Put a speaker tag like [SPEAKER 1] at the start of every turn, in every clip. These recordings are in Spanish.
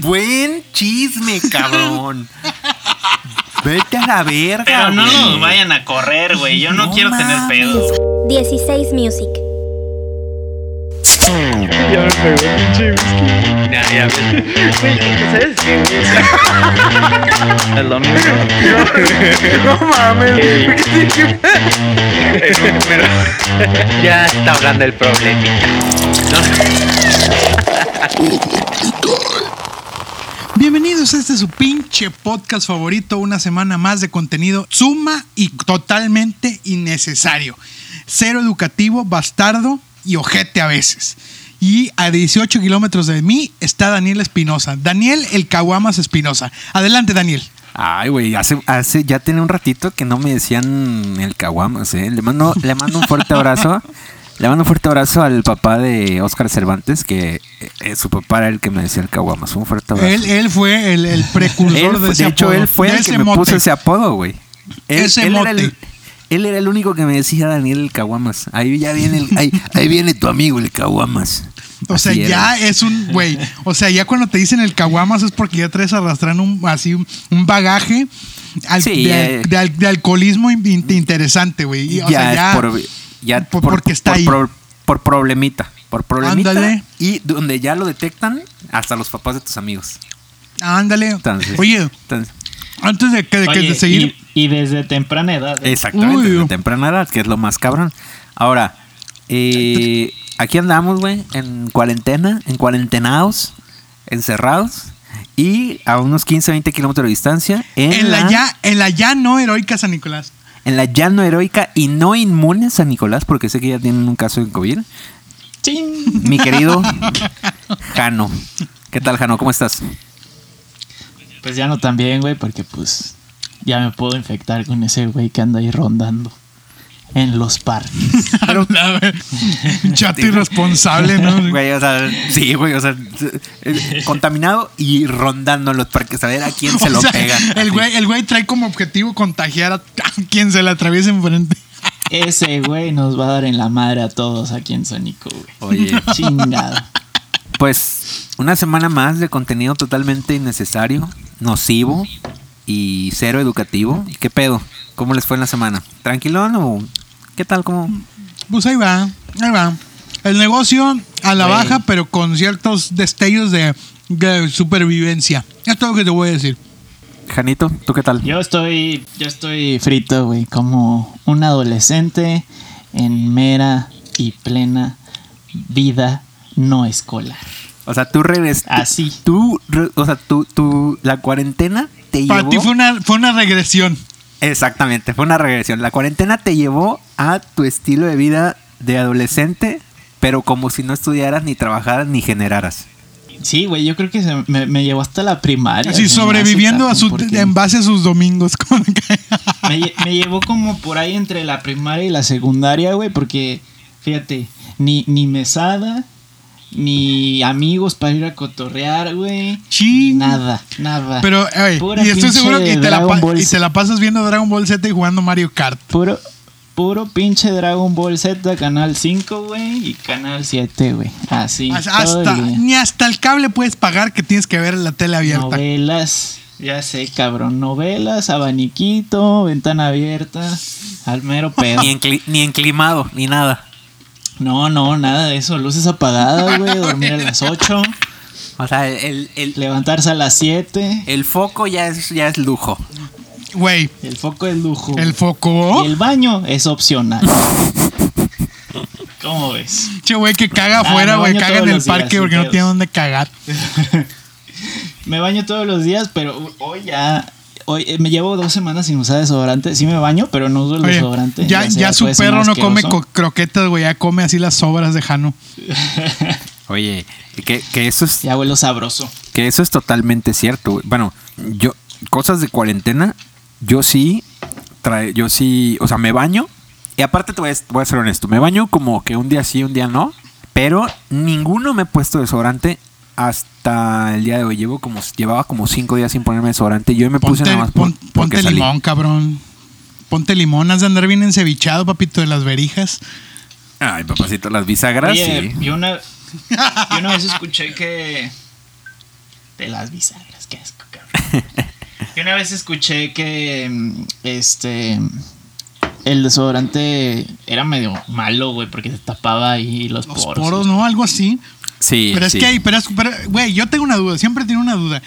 [SPEAKER 1] buen chisme, cabrón. Vete a la verga.
[SPEAKER 2] Pero no
[SPEAKER 1] güey.
[SPEAKER 2] nos vayan a correr, güey. Yo no,
[SPEAKER 1] No
[SPEAKER 2] quiero tener
[SPEAKER 1] mames.
[SPEAKER 2] pedos.
[SPEAKER 3] 16 Music.
[SPEAKER 4] Ya me pegó el pinche whisky.
[SPEAKER 5] Ya, ya ves.
[SPEAKER 4] Güey, ¿sabes qué, güey? O sea,
[SPEAKER 5] Es lo mismo.
[SPEAKER 4] No mames, güey. ¿por qué tiene que-
[SPEAKER 5] Ya está hablando el problemita.
[SPEAKER 6] Bienvenidos a este su pinche podcast favorito, una semana más de contenido suma y totalmente innecesario. Cero educativo, bastardo y ojete a veces. Y a 18 kilómetros de mí está Daniel Espinosa. Daniel el Caguamas Espinosa. Adelante, Daniel.
[SPEAKER 1] Ay, güey, hace, hace, ya tiene un ratito que no me decían el caguamas, ¿eh? Le mando, le mando un fuerte abrazo. Le mando un fuerte abrazo al papá de Óscar Cervantes, que eh, su papá era el que me decía el caguamas. Un fuerte abrazo.
[SPEAKER 6] Él, él fue el, el precursor
[SPEAKER 1] Él-
[SPEAKER 6] de
[SPEAKER 1] de,
[SPEAKER 6] ese
[SPEAKER 1] hecho,
[SPEAKER 6] apodo,
[SPEAKER 1] él fue
[SPEAKER 6] de
[SPEAKER 1] el
[SPEAKER 6] ese
[SPEAKER 1] que me
[SPEAKER 6] mote.
[SPEAKER 1] puso ese apodo, güey. Él,
[SPEAKER 6] Ese
[SPEAKER 1] él era
[SPEAKER 6] mote.
[SPEAKER 1] el, él era el único que me decía Daniel el Caguamas. Ahí ya viene el, ahí, ahí viene tu amigo el Caguamas.
[SPEAKER 6] O sea,
[SPEAKER 1] Así era.
[SPEAKER 6] ya es un, güey, o sea, ya cuando te dicen el caguamas es porque ya traes arrastrando un, así un, un bagaje al-
[SPEAKER 1] Sí,
[SPEAKER 6] de,
[SPEAKER 1] eh.
[SPEAKER 6] de al- de alcoholismo in- in- interesante, güey. Y,
[SPEAKER 1] ya,
[SPEAKER 6] O sea,
[SPEAKER 1] es
[SPEAKER 6] ya,
[SPEAKER 1] por, ya
[SPEAKER 6] por- porque está ahí.
[SPEAKER 1] por- por problemita. Por problemita.
[SPEAKER 6] Ándale.
[SPEAKER 1] Y donde ya lo detectan hasta los papás de tus amigos.
[SPEAKER 6] ándale.
[SPEAKER 1] Entonces,
[SPEAKER 6] Oye,
[SPEAKER 1] entonces,
[SPEAKER 6] antes de que, de que
[SPEAKER 2] Oye,
[SPEAKER 6] de seguir,
[SPEAKER 2] y, y desde temprana edad. ¿eh?
[SPEAKER 1] exactamente,
[SPEAKER 6] Uy.
[SPEAKER 1] de temprana edad, que es lo más cabrón. Ahora, eh, aquí andamos, güey, en cuarentena, en cuarentenados, encerrados. Y a unos 15, 20 kilómetros de distancia. En,
[SPEAKER 6] en la ya, en la ya no heroica San Nicolás.
[SPEAKER 1] en la ya no heroica y no inmune San Nicolás, porque sé que ya tienen un caso de COVID. Mi querido Jano. ¿Qué tal, Jano? ¿Cómo estás?
[SPEAKER 7] Pues ya no tan bien, güey, porque pues ya me puedo infectar con ese güey que anda ahí rondando en los parques.
[SPEAKER 6] Chato irresponsable, ¿no?
[SPEAKER 1] Güey, o sea, sí, güey, o sea, eh, contaminado y rondando en los parques a ver a quién se
[SPEAKER 6] O
[SPEAKER 1] lo
[SPEAKER 6] sea,
[SPEAKER 1] pega.
[SPEAKER 6] El güey, el güey trae como objetivo contagiar a, a quien se le atraviese enfrente.
[SPEAKER 7] Ese güey nos va a dar en la madre a todos aquí en Sónico, güey.
[SPEAKER 1] Oye,
[SPEAKER 7] Chingado.
[SPEAKER 1] pues una semana más de contenido totalmente innecesario, nocivo y cero educativo. ¿Qué pedo? ¿Cómo les fue en la semana? ¿Tranquilón o qué tal? ¿Cómo?
[SPEAKER 6] Pues ahí va, ahí va. El negocio a la
[SPEAKER 7] Güey.
[SPEAKER 6] baja, pero con ciertos destellos de, de supervivencia. Es todo lo que te voy a decir.
[SPEAKER 1] Janito, ¿tú qué tal?
[SPEAKER 7] Yo estoy, yo estoy frito, güey, como un adolescente en mera y plena vida no escolar.
[SPEAKER 1] O sea, tú regres
[SPEAKER 6] Ah,
[SPEAKER 7] Así.
[SPEAKER 1] Tú, re- o sea, tú, tú, la cuarentena te
[SPEAKER 6] Para
[SPEAKER 1] llevó.
[SPEAKER 6] ti fue una, fue una regresión.
[SPEAKER 1] Exactamente, fue una regresión. La cuarentena te llevó a tu estilo de vida de adolescente, pero como si no estudiaras, ni trabajaras, ni generaras.
[SPEAKER 7] Sí, güey, yo creo que se- me, me llevó hasta la primaria.
[SPEAKER 6] Así
[SPEAKER 7] se me hace,
[SPEAKER 6] sobreviviendo a
[SPEAKER 7] cabrón,
[SPEAKER 6] su,
[SPEAKER 7] porque-
[SPEAKER 6] en base a sus domingos. con-
[SPEAKER 7] me, lle- me llevó como por ahí entre la primaria y la secundaria, güey, porque fíjate, ni, ni mesada, ni amigos para ir a cotorrear, güey.
[SPEAKER 6] Ching.
[SPEAKER 7] Nada, nada.
[SPEAKER 6] pero, oye,
[SPEAKER 7] Pura
[SPEAKER 6] y estoy
[SPEAKER 7] pinche
[SPEAKER 6] seguro que te la,
[SPEAKER 7] Dragon
[SPEAKER 6] pa-
[SPEAKER 7] Ball
[SPEAKER 6] y
[SPEAKER 7] Z.
[SPEAKER 6] te la pasas viendo Dragon Ball Z y jugando Mario Kart.
[SPEAKER 7] Puro, puro pinche Dragon Ball Z, Canal 5, güey, y Canal 7, güey. Así.
[SPEAKER 6] Hasta,
[SPEAKER 7] todo el
[SPEAKER 6] hasta-
[SPEAKER 7] día.
[SPEAKER 6] ni hasta el cable puedes pagar que tienes que ver la tele abierta.
[SPEAKER 7] Novelas, ya sé, cabrón. Novelas, abaniquito, ventana abierta, al mero pedo.
[SPEAKER 1] Ni, encli- ni enclimado, ni nada.
[SPEAKER 7] No, no, nada de eso. Luces apagadas, güey. Dormir a las 8.
[SPEAKER 1] O sea, el, el-
[SPEAKER 7] Levantarse a las 7.
[SPEAKER 1] el foco ya es, ya es lujo.
[SPEAKER 6] Güey,
[SPEAKER 7] El foco es lujo.
[SPEAKER 6] el foco.
[SPEAKER 7] Y el baño es opcional. ¿Cómo ves?
[SPEAKER 6] Che, güey, que caga
[SPEAKER 7] Ah,
[SPEAKER 6] afuera,
[SPEAKER 7] me
[SPEAKER 6] güey.
[SPEAKER 7] baño
[SPEAKER 6] Caga en
[SPEAKER 7] todos
[SPEAKER 6] el
[SPEAKER 7] los días,
[SPEAKER 6] parque
[SPEAKER 7] sin
[SPEAKER 6] porque no
[SPEAKER 7] pedos.
[SPEAKER 6] tiene dónde cagar.
[SPEAKER 7] Me baño todos los días, pero hoy ya. Hoy eh, me llevo dos semanas sin usar desodorante. Sí me baño, pero no uso el
[SPEAKER 6] Oye,
[SPEAKER 7] desodorante.
[SPEAKER 6] ya,
[SPEAKER 7] sé,
[SPEAKER 6] ya su
[SPEAKER 7] puede sonar
[SPEAKER 6] perro no come
[SPEAKER 7] asqueroso.
[SPEAKER 6] co- croquetas, güey. Ya come así las sobras de Jano.
[SPEAKER 1] Oye, que, que eso es
[SPEAKER 7] Ya huelo sabroso.
[SPEAKER 1] Que eso es totalmente cierto. güey. Bueno, yo, cosas de cuarentena, yo sí, trae, yo sí, o sea, me baño. Y aparte te voy a, voy a ser honesto, me baño como que un día sí, un día no. Pero ninguno me he puesto desodorante hasta el día de hoy. Llevo como, llevaba como cinco días sin ponerme desodorante. Yo me puse
[SPEAKER 6] Ponte,
[SPEAKER 1] nada más por-
[SPEAKER 6] pon-
[SPEAKER 1] porque
[SPEAKER 6] ponte
[SPEAKER 1] salí.
[SPEAKER 6] limón, cabrón. Ponte limón. Has de andar bien encevichado, papito, de las verijas.
[SPEAKER 1] Ay, papacito, las bisagras,
[SPEAKER 7] Oye,
[SPEAKER 1] sí.
[SPEAKER 7] yo una, yo una vez escuché que de las bisagras, qué asco, cabrón. Yo una vez escuché que mm, este el desodorante era medio malo, güey, porque te tapaba ahí los,
[SPEAKER 6] Los
[SPEAKER 7] poros.
[SPEAKER 6] poros, ¿no? Algo así.
[SPEAKER 1] Sí.
[SPEAKER 6] pero es
[SPEAKER 1] sí.
[SPEAKER 6] que hay, pero es, pero, güey, yo tengo una duda, siempre tengo una duda.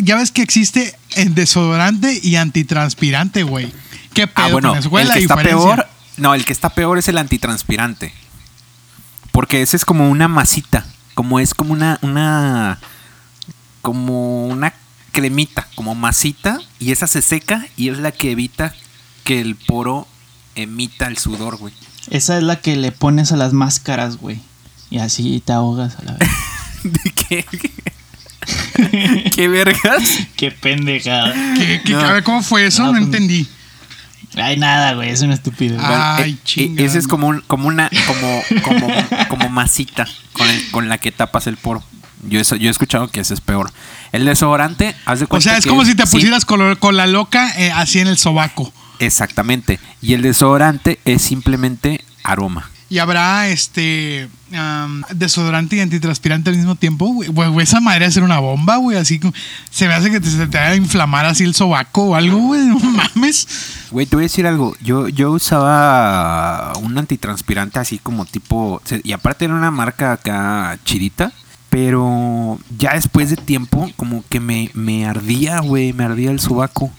[SPEAKER 6] Ya ves que existe el desodorante y antitranspirante, güey. ¿Qué pedo
[SPEAKER 1] Ah, bueno,
[SPEAKER 6] con eso? ¿Cuál
[SPEAKER 1] el
[SPEAKER 6] es la
[SPEAKER 1] que está
[SPEAKER 6] diferencia?
[SPEAKER 1] peor. No, el que está peor es el antitranspirante. Porque ese es como una masita. Como es como una. una como una cremita, como masita. Y esa se seca y es la que evita que el poro emita el sudor, güey.
[SPEAKER 7] Esa es la que le pones a las máscaras, güey. Y así te ahogas a la vez.
[SPEAKER 1] ¿De qué? ¿Qué vergas?
[SPEAKER 7] Qué pendejada.
[SPEAKER 6] ¿Qué- qué-
[SPEAKER 1] No.
[SPEAKER 6] a ver, ¿cómo fue eso?
[SPEAKER 1] Ah,
[SPEAKER 7] No,
[SPEAKER 6] No,
[SPEAKER 7] pues-
[SPEAKER 6] entendí.
[SPEAKER 7] Ay, nada, güey, es una estupidez.
[SPEAKER 6] Ah. Ay,
[SPEAKER 1] Eh,
[SPEAKER 6] chinga.
[SPEAKER 1] Ese es como, un- como una como, como, como masita con, el- con la que tapas el poro. Yo, eso, yo he escuchado que ese es peor. El desodorante, haz de
[SPEAKER 6] O
[SPEAKER 1] cuenta
[SPEAKER 6] sea, es
[SPEAKER 1] pues que-
[SPEAKER 6] como si te
[SPEAKER 1] sí,
[SPEAKER 6] pusieras color- con la loca eh, así en el sobaco.
[SPEAKER 1] exactamente. Y el desodorante es simplemente aroma.
[SPEAKER 6] Y habrá este am, desodorante y antitranspirante al mismo tiempo, güey. Güey, güey, esa madre ser una bomba, güey. Así como- se me hace que te, se te vaya a inflamar así el sobaco o algo, güey. No mames.
[SPEAKER 1] Güey, te voy a decir algo. Yo, yo usaba un antitranspirante así como tipo. se- Y aparte era una marca acá chidita. Pero ya después de tiempo, como que me, me ardía, güey. Me ardía el sobaco.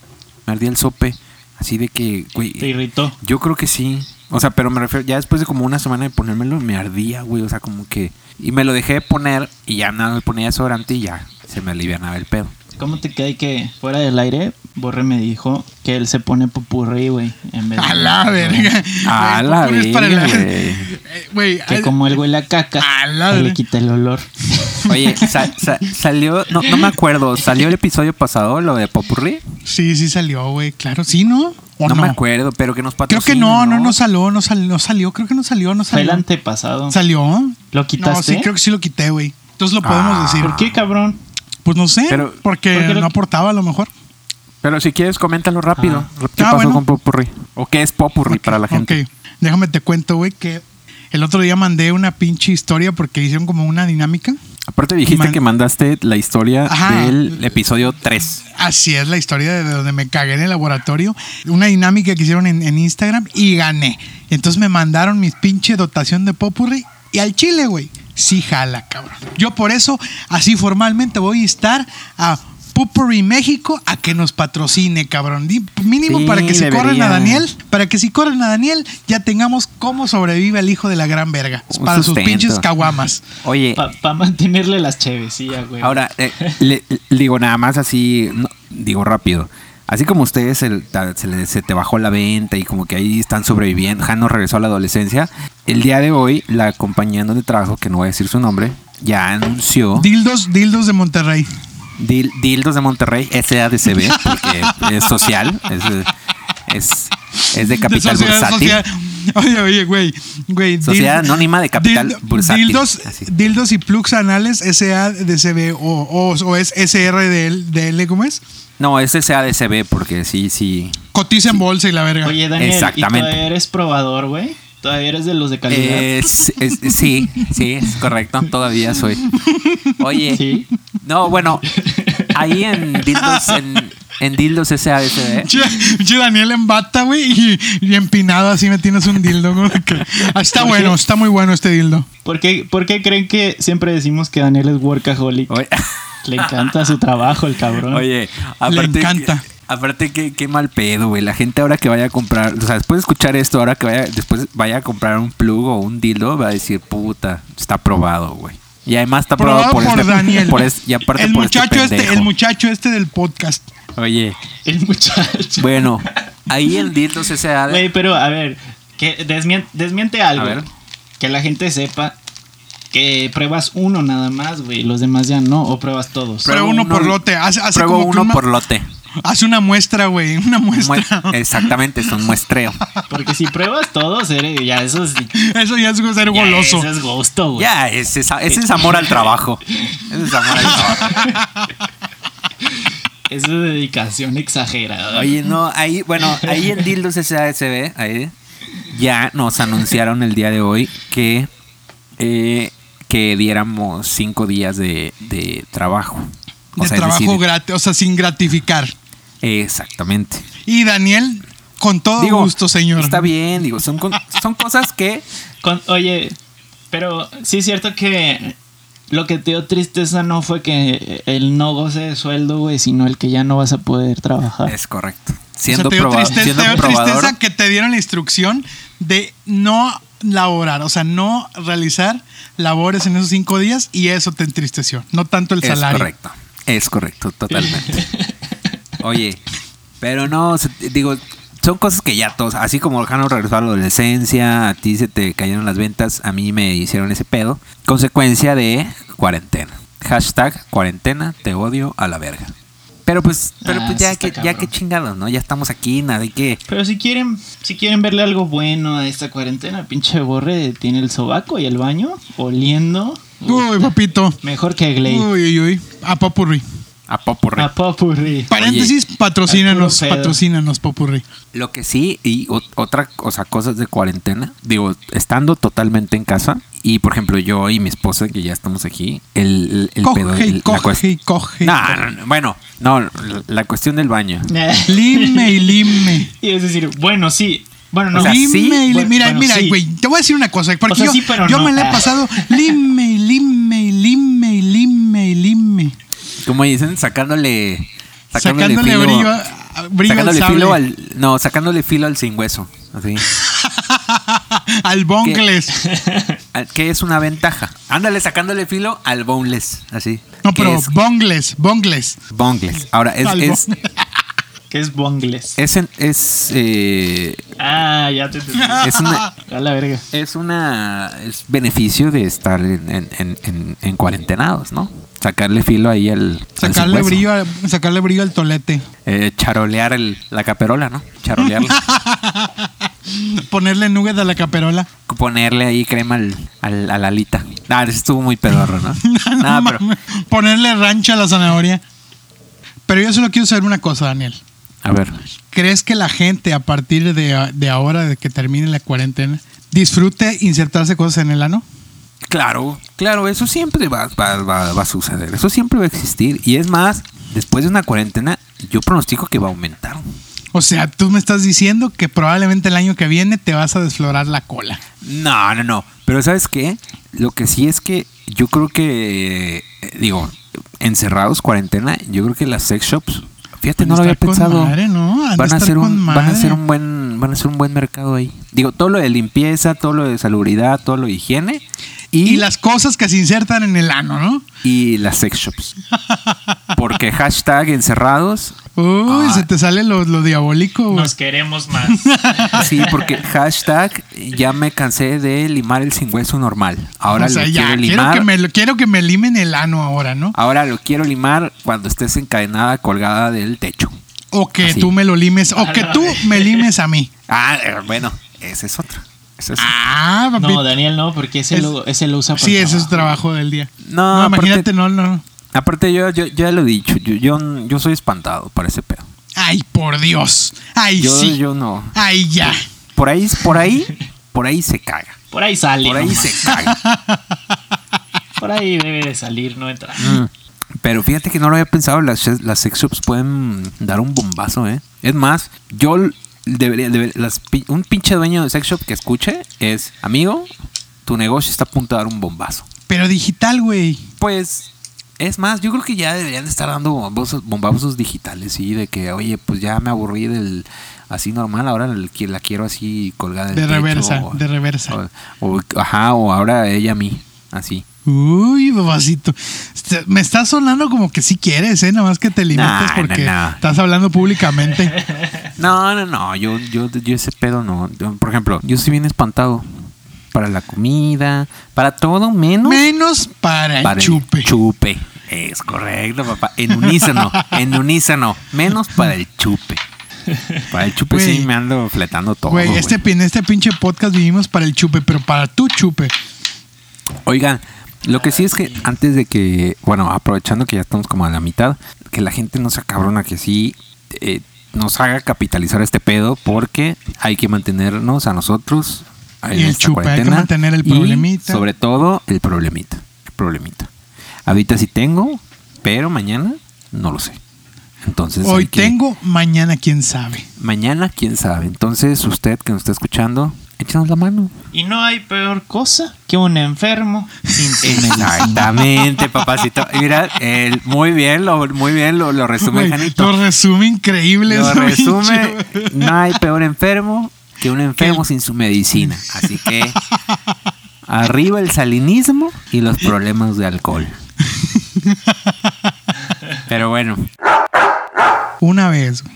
[SPEAKER 1] Me ardía el sope. Así de que,
[SPEAKER 7] Te
[SPEAKER 1] güey.
[SPEAKER 7] irritó.
[SPEAKER 1] Yo creo que sí. O sea, pero me refiero. Ya después de como una semana de ponérmelo, me ardía, güey. O sea, como que. Y me lo dejé de poner. Y ya nada, me ponía desodorante y ya se me alivianaba el pedo.
[SPEAKER 7] ¿Cómo te cae que fuera del aire? Borre me dijo que él se pone popurrí, güey. en vez de-
[SPEAKER 6] A la verga.
[SPEAKER 1] A
[SPEAKER 6] Güey,
[SPEAKER 1] la
[SPEAKER 6] ¿tú pones para
[SPEAKER 1] verga,
[SPEAKER 6] la-
[SPEAKER 1] güey.
[SPEAKER 6] Eh, Güey,
[SPEAKER 7] Que
[SPEAKER 6] ay,
[SPEAKER 7] como el güey la caca,
[SPEAKER 6] A la
[SPEAKER 7] él le
[SPEAKER 6] verga.
[SPEAKER 7] quita el olor.
[SPEAKER 1] Oye, sa- sa- salió, no, no me acuerdo, salió el episodio pasado, lo de Popurrí.
[SPEAKER 6] sí, sí salió, güey. Claro, sí, ¿no? ¿O
[SPEAKER 1] No,
[SPEAKER 6] no?
[SPEAKER 1] me acuerdo, pero que nos
[SPEAKER 6] Creo
[SPEAKER 1] patrocina.
[SPEAKER 6] que no, no, no salió, no salió, no salió, creo que no salió, no
[SPEAKER 7] Fue el
[SPEAKER 6] salió.
[SPEAKER 7] antepasado.
[SPEAKER 6] ¿Salió?
[SPEAKER 7] ¿Lo
[SPEAKER 6] No,
[SPEAKER 7] quitaste?
[SPEAKER 6] sí, creo que sí lo quité, güey. Entonces lo podemos
[SPEAKER 1] Ah.
[SPEAKER 6] decir.
[SPEAKER 7] ¿Por qué, cabrón?
[SPEAKER 6] Pues no sé,
[SPEAKER 1] Pero-
[SPEAKER 6] porque
[SPEAKER 7] ¿por qué lo
[SPEAKER 6] no
[SPEAKER 7] qui-
[SPEAKER 6] aportaba a lo mejor.
[SPEAKER 1] Pero si quieres, coméntalo rápido. ¿Qué
[SPEAKER 6] Ah,
[SPEAKER 1] pasó
[SPEAKER 6] bueno.
[SPEAKER 1] con Popurrí? ¿O qué es Popurrí
[SPEAKER 6] Ok,
[SPEAKER 1] para la gente?
[SPEAKER 6] ok. Déjame te cuento, güey, que el otro día mandé una pinche historia porque hicieron como una dinámica.
[SPEAKER 1] Aparte dijiste
[SPEAKER 6] Man-
[SPEAKER 1] que mandaste la historia
[SPEAKER 6] Ajá.
[SPEAKER 1] del episodio 3.
[SPEAKER 6] Así es la historia de donde me cagué en el laboratorio. Una dinámica que hicieron en, en Instagram y gané. Entonces me mandaron mis pinche dotación de popurri y al chile, güey. Sí jala, cabrón. Yo por eso, así formalmente voy a estar a Popurri México a que nos patrocine, cabrón. Di- Mínimo
[SPEAKER 1] Sí,
[SPEAKER 6] para que si
[SPEAKER 1] debería.
[SPEAKER 6] corren a Daniel, para que si corren a Daniel, ya tengamos cómo sobrevive el hijo de la gran verga.
[SPEAKER 1] Un
[SPEAKER 6] para sus
[SPEAKER 1] sustento.
[SPEAKER 6] pinches caguamas.
[SPEAKER 1] Oye,
[SPEAKER 7] Para mantenerle las chevesías, güey.
[SPEAKER 1] ahora, eh, le- le digo nada más así, no, digo rápido. Así como ustedes el- ta- se, le- se te bajó la venta y como que ahí están sobreviviendo, ya no regresó a la adolescencia. El día de hoy, la compañía en donde trabajo, que no voy a decir su nombre, ya anunció.
[SPEAKER 6] Dildos, dildos de Monterrey.
[SPEAKER 1] Dil- Dildos de Monterrey, SADCB, porque es social, es, es, es de capital
[SPEAKER 6] De sociedad,
[SPEAKER 1] bursátil.
[SPEAKER 6] sociedad. Oye, oye, güey. güey
[SPEAKER 1] Sociedad Anónima de Capital Bursátil.
[SPEAKER 6] Dildos,
[SPEAKER 1] Así.
[SPEAKER 6] dildos y plugs anales SA de CB o, o, o es SR de, L- de L, ¿cómo es?
[SPEAKER 1] No, es SADCB, porque sí, sí.
[SPEAKER 6] Cotiza en bolsa y la verga.
[SPEAKER 7] Oye, Daniel,
[SPEAKER 1] Exactamente. Eh.
[SPEAKER 7] ¿y todavía eres probador, güey? ¿Todavía eres de los de calidad?
[SPEAKER 1] Es- es- sí, sí, es correcto, todavía soy. Oye,
[SPEAKER 7] Sí.
[SPEAKER 1] no, bueno, ahí en Dildos, en, en Dildos SADCB.
[SPEAKER 6] Che, che, Daniel en bata, güey, y, y empinado así me tienes un dildo. como que- Ah, está bueno, está muy bueno este dildo.
[SPEAKER 7] ¿Por qué, por qué creen que siempre decimos que Daniel es workaholic?
[SPEAKER 1] Oye,
[SPEAKER 7] Le encanta su trabajo, el cabrón.
[SPEAKER 1] Oye,
[SPEAKER 6] Ah, Le
[SPEAKER 1] aparte.
[SPEAKER 6] encanta.
[SPEAKER 1] que- aparte, qué, qué mal pedo, güey. La gente ahora que vaya a comprar. O sea, después de escuchar esto, ahora que vaya. Después vaya a comprar un plug o un dildo, va a decir, puta, está probado, güey. Y además está probado,
[SPEAKER 6] Probado por,
[SPEAKER 1] este-
[SPEAKER 6] Daniel.
[SPEAKER 1] por es- y aparte
[SPEAKER 6] el
[SPEAKER 1] por
[SPEAKER 6] muchacho
[SPEAKER 1] este,
[SPEAKER 6] este,
[SPEAKER 1] pendejo.
[SPEAKER 6] el muchacho este del podcast.
[SPEAKER 1] Oye,
[SPEAKER 7] El muchacho.
[SPEAKER 1] bueno, ahí el dildo se ha
[SPEAKER 7] Güey, pero a ver, que desmien- desmiente algo.
[SPEAKER 1] A ver.
[SPEAKER 7] Que la gente sepa que pruebas uno nada más, güey. Los demás ya no, o pruebas todos.
[SPEAKER 6] Prueba uno por lote, hace- hace
[SPEAKER 1] pruebo
[SPEAKER 6] como que
[SPEAKER 1] uno
[SPEAKER 6] una- Pues
[SPEAKER 1] por lote.
[SPEAKER 6] Hace una muestra, güey, una muestra.
[SPEAKER 1] Mue- exactamente, es un muestreo.
[SPEAKER 7] Porque si pruebas todos, eres, ya eso es,
[SPEAKER 6] Eso ya es ser
[SPEAKER 7] ya
[SPEAKER 6] goloso.
[SPEAKER 7] eso es gusto, güey.
[SPEAKER 1] Ya, ese es, ese es amor al trabajo. Ese es amor al trabajo.
[SPEAKER 7] Eso es dedicación exagerada.
[SPEAKER 1] Oye, no, ahí, bueno, ahí en Dildos SASB, ahí, ya nos anunciaron el día de hoy que eh, que diéramos cinco días de, de trabajo. O
[SPEAKER 6] de
[SPEAKER 1] sea, es
[SPEAKER 6] trabajo
[SPEAKER 1] decir,
[SPEAKER 6] gratis, o sea, sin gratificar.
[SPEAKER 1] Exactamente.
[SPEAKER 6] Y Daniel, con todo
[SPEAKER 1] Digo,
[SPEAKER 6] gusto, señor.
[SPEAKER 1] Está bien, digo, son, con- son cosas que
[SPEAKER 7] Con- oye, pero sí es cierto que lo que te dio tristeza no fue que el no goce de sueldo, güey, sino el que ya no vas a poder trabajar.
[SPEAKER 1] es correcto.
[SPEAKER 6] O sea,
[SPEAKER 1] Siendo,
[SPEAKER 6] te dio
[SPEAKER 1] proba-
[SPEAKER 6] tristeza,
[SPEAKER 1] siendo
[SPEAKER 6] te dio
[SPEAKER 1] probador,
[SPEAKER 6] tristeza que te dieron la instrucción de no laborar, o sea, no realizar labores en esos cinco días y eso te entristeció, no tanto el
[SPEAKER 1] es
[SPEAKER 6] salario.
[SPEAKER 1] correcto. Es correcto, totalmente. Oye, pero no, o sea, digo, son cosas que ya todos, así como Jano regresó a la adolescencia, a ti se te cayeron las ventas, a mí me hicieron ese pedo. Consecuencia de cuarentena. Hashtag cuarentena, te odio a la verga. Pero pues, pero
[SPEAKER 7] Ah,
[SPEAKER 1] pues
[SPEAKER 7] eso
[SPEAKER 1] ya
[SPEAKER 7] está
[SPEAKER 1] que, ya
[SPEAKER 7] cabrón.
[SPEAKER 1] que chingados, ¿no? Ya estamos aquí, nada de que.
[SPEAKER 7] Pero si quieren, si quieren verle algo bueno a esta cuarentena, pinche borre tiene el sobaco y el baño oliendo.
[SPEAKER 6] Uy, papito.
[SPEAKER 7] Mejor que Glade.
[SPEAKER 6] Uy, uy, uy. A Popurri.
[SPEAKER 1] A Popurrí.
[SPEAKER 7] A popurrí.
[SPEAKER 6] Paréntesis, patrocínanos,
[SPEAKER 7] Arturo Pedro.
[SPEAKER 6] patrocínanos, Popurri.
[SPEAKER 1] Lo que sí, y ot- otra, o sea, cosas de cuarentena, digo, estando totalmente en casa, y por ejemplo yo y mi esposa, que ya estamos aquí, el, el, el
[SPEAKER 6] Coge,
[SPEAKER 1] pedo... el- la cuest-
[SPEAKER 6] coge, coge.
[SPEAKER 1] No, no, no, bueno, no, la- la cuestión del baño.
[SPEAKER 6] Lime y lime.
[SPEAKER 7] y es decir, bueno, sí. Bueno, no.
[SPEAKER 1] O sea,
[SPEAKER 6] lime
[SPEAKER 1] sí,
[SPEAKER 6] y lime.
[SPEAKER 7] bueno,
[SPEAKER 6] Mira,
[SPEAKER 7] bueno,
[SPEAKER 6] mira,
[SPEAKER 7] sí.
[SPEAKER 6] güey, te voy a decir una cosa. Porque
[SPEAKER 7] O sea,
[SPEAKER 6] yo,
[SPEAKER 7] sí, pero
[SPEAKER 6] yo
[SPEAKER 7] no.
[SPEAKER 6] me la he
[SPEAKER 7] Ah.
[SPEAKER 6] pasado lime y lime y lime y lime y lime.
[SPEAKER 1] Como dicen, sacándole... Sacándole,
[SPEAKER 6] Sacándole
[SPEAKER 1] filo,
[SPEAKER 6] brillo, a- brillo
[SPEAKER 1] sacándole
[SPEAKER 6] al
[SPEAKER 1] filo
[SPEAKER 6] sable.
[SPEAKER 1] al... No, sacándole filo al sin hueso. Así.
[SPEAKER 6] al bongles.
[SPEAKER 1] Al- Que es una ventaja. Ándale, sacándole filo al boneless. Así.
[SPEAKER 6] No,
[SPEAKER 1] Que
[SPEAKER 6] pero
[SPEAKER 1] es
[SPEAKER 6] bongles, bongles.
[SPEAKER 1] boneless. Ahora, es...
[SPEAKER 6] Al
[SPEAKER 1] es
[SPEAKER 6] bongles.
[SPEAKER 7] Que es bongles.
[SPEAKER 1] es, en- es, eh,
[SPEAKER 7] Ah, ya te entendí.
[SPEAKER 1] es una,
[SPEAKER 7] A la verga.
[SPEAKER 1] es una es beneficio de estar en, en, en- en- en cuarentenados, ¿no? Sacarle filo ahí al al
[SPEAKER 6] Sacarle
[SPEAKER 1] singüeso.
[SPEAKER 6] brillo, a- sacarle brillo al tolete.
[SPEAKER 1] Eh, charolear el- la caperola, ¿no? Charolearla.
[SPEAKER 6] Ponerle nubes a la caperola.
[SPEAKER 1] Ponerle ahí crema al, al- a la alita. Ah, eso estuvo muy pedorro, ¿no?
[SPEAKER 6] No, no
[SPEAKER 1] Nada, Ah, pero-
[SPEAKER 6] mames. Ponerle rancho a la zanahoria. Pero yo solo quiero saber una cosa, Daniel.
[SPEAKER 1] a ver.
[SPEAKER 6] ¿Crees que la gente a partir de, de ahora, de que termine la cuarentena, disfrute insertarse cosas en el ano?
[SPEAKER 1] Claro, claro, eso siempre va, va- va- va a suceder. Eso siempre va a existir. Y es más, después de una cuarentena, yo pronostico que va a aumentar.
[SPEAKER 6] O sea, tú me estás diciendo que probablemente el año que viene te vas a desflorar la cola.
[SPEAKER 1] No, no, no. Pero ¿sabes qué? Lo que sí es que yo creo que, eh, digo, encerrados, cuarentena, yo creo que las sex shops, fíjate,
[SPEAKER 6] Van a
[SPEAKER 1] no lo había
[SPEAKER 6] estar con
[SPEAKER 1] pensado.
[SPEAKER 6] madre, ¿no? Han de
[SPEAKER 1] Van a
[SPEAKER 6] estar
[SPEAKER 1] ser
[SPEAKER 6] con
[SPEAKER 1] un, van a
[SPEAKER 6] madre.
[SPEAKER 1] ser un buen, van a ser un buen mercado ahí. Digo, todo lo de limpieza, todo lo de salubridad, todo lo de higiene y,
[SPEAKER 6] Y las cosas que se insertan en el ano, ¿no?
[SPEAKER 1] y las sex shops. Porque hashtag encerrados,
[SPEAKER 6] Uy,
[SPEAKER 1] Ah.
[SPEAKER 6] se te sale lo, lo diabólico. güey.
[SPEAKER 2] Nos queremos más.
[SPEAKER 1] sí, porque hashtag ya me cansé de limar el sin hueso normal. Ahora
[SPEAKER 6] o sea,
[SPEAKER 1] lo
[SPEAKER 6] ya,
[SPEAKER 1] quiero
[SPEAKER 6] quiero
[SPEAKER 1] limar. Ah,
[SPEAKER 6] que, me, lo- quiero que me limen el ano ahora, ¿no?
[SPEAKER 1] Ahora lo quiero limar cuando estés encadenada colgada del techo.
[SPEAKER 6] O que
[SPEAKER 1] Así.
[SPEAKER 6] tú me lo limes, o
[SPEAKER 7] A
[SPEAKER 6] que
[SPEAKER 7] la
[SPEAKER 6] tú
[SPEAKER 7] vez.
[SPEAKER 6] me limes a mí.
[SPEAKER 1] Ah, eh, bueno, esa es otra. Esa es-
[SPEAKER 6] Ah, papi.
[SPEAKER 7] No, Daniel no, porque ese,
[SPEAKER 6] Es-
[SPEAKER 7] lo, ese lo usa para
[SPEAKER 6] sí, ese es su
[SPEAKER 7] trabajo.
[SPEAKER 6] trabajo del día.
[SPEAKER 1] No,
[SPEAKER 6] imagínate,
[SPEAKER 1] aparte-
[SPEAKER 6] no, no.
[SPEAKER 1] Aparte, yo, yo, yo ya lo he dicho, yo, yo, yo soy espantado para ese pedo.
[SPEAKER 6] Ay, por Dios. Ay,
[SPEAKER 1] Yo,
[SPEAKER 6] sí.
[SPEAKER 1] yo no.
[SPEAKER 6] Ay, ya.
[SPEAKER 1] Por ahí, por ahí, por ahí se caga.
[SPEAKER 7] Por ahí sale.
[SPEAKER 1] Por ahí
[SPEAKER 7] nomás.
[SPEAKER 1] se caga.
[SPEAKER 7] Por ahí debe de salir, no entrar.
[SPEAKER 1] Mm. Pero fíjate que no lo había pensado, las, ches- las sex shops pueden dar un bombazo, ¿eh? Es más, yo l- debería, deber- las pi- un pinche dueño de sex shop que escuche es, amigo, tu negocio está a punto de dar un bombazo.
[SPEAKER 6] Pero digital, güey.
[SPEAKER 1] Pues, es más, yo creo que ya deberían de estar dando bombazos, bombazos digitales, sí, de que, oye, pues ya me aburrí del así normal, ahora el que- la quiero así colgada. del
[SPEAKER 6] De
[SPEAKER 1] techo,
[SPEAKER 6] reversa, de reversa.
[SPEAKER 1] O, o- ajá, o ahora ella a mí, así.
[SPEAKER 6] Uy, babacito. Este, Me está sonando como que sí quieres, ¿eh? Nada más que te limites
[SPEAKER 1] Nah,
[SPEAKER 6] porque
[SPEAKER 1] nah, nah.
[SPEAKER 6] estás hablando públicamente.
[SPEAKER 1] No, no, no, yo, yo, yo ese pedo no. Yo, por ejemplo, yo estoy bien espantado para la comida, para todo menos
[SPEAKER 6] Menos para,
[SPEAKER 1] para
[SPEAKER 6] el
[SPEAKER 1] el
[SPEAKER 6] chupe.
[SPEAKER 1] chupe. Es correcto, papá. En unísono, en unísono. Menos para el chupe. Para el chupe
[SPEAKER 6] Güey.
[SPEAKER 1] sí me ando fletando todo.
[SPEAKER 6] Güey,
[SPEAKER 1] güey.
[SPEAKER 6] este, en este pinche podcast vivimos para el chupe, pero para tu chupe.
[SPEAKER 1] Oigan, lo que sí es que antes de que, bueno, aprovechando que ya estamos como a la mitad, que la gente no se acabrona, que sí eh, nos haga capitalizar este pedo porque hay que mantenernos a nosotros en
[SPEAKER 6] Y el
[SPEAKER 1] esta
[SPEAKER 6] chupe, hay que
[SPEAKER 1] cuarentena.
[SPEAKER 6] mantener el
[SPEAKER 1] Y,
[SPEAKER 6] problemita.
[SPEAKER 1] sobre todo el problemita, el problemita. Ahorita sí tengo, pero mañana no lo sé. Entonces
[SPEAKER 6] Hoy
[SPEAKER 1] hay que-
[SPEAKER 6] tengo, mañana quién sabe.
[SPEAKER 1] mañana quién sabe. Entonces usted que nos está escuchando, échanos la mano.
[SPEAKER 7] Y no hay peor cosa que un enfermo sin su medicina.
[SPEAKER 1] Exactamente, papacito. Mira, el- muy bien, lo, muy bien lo, lo resume
[SPEAKER 6] Güey,
[SPEAKER 1] Janito.
[SPEAKER 6] Lo resume increíble.
[SPEAKER 1] Lo
[SPEAKER 6] esa
[SPEAKER 1] resume,
[SPEAKER 6] pinche-
[SPEAKER 1] no hay peor enfermo que un enfermo sin su medicina. Así que arriba el salinismo y los problemas de alcohol. Pero bueno,
[SPEAKER 6] Una vez, güey,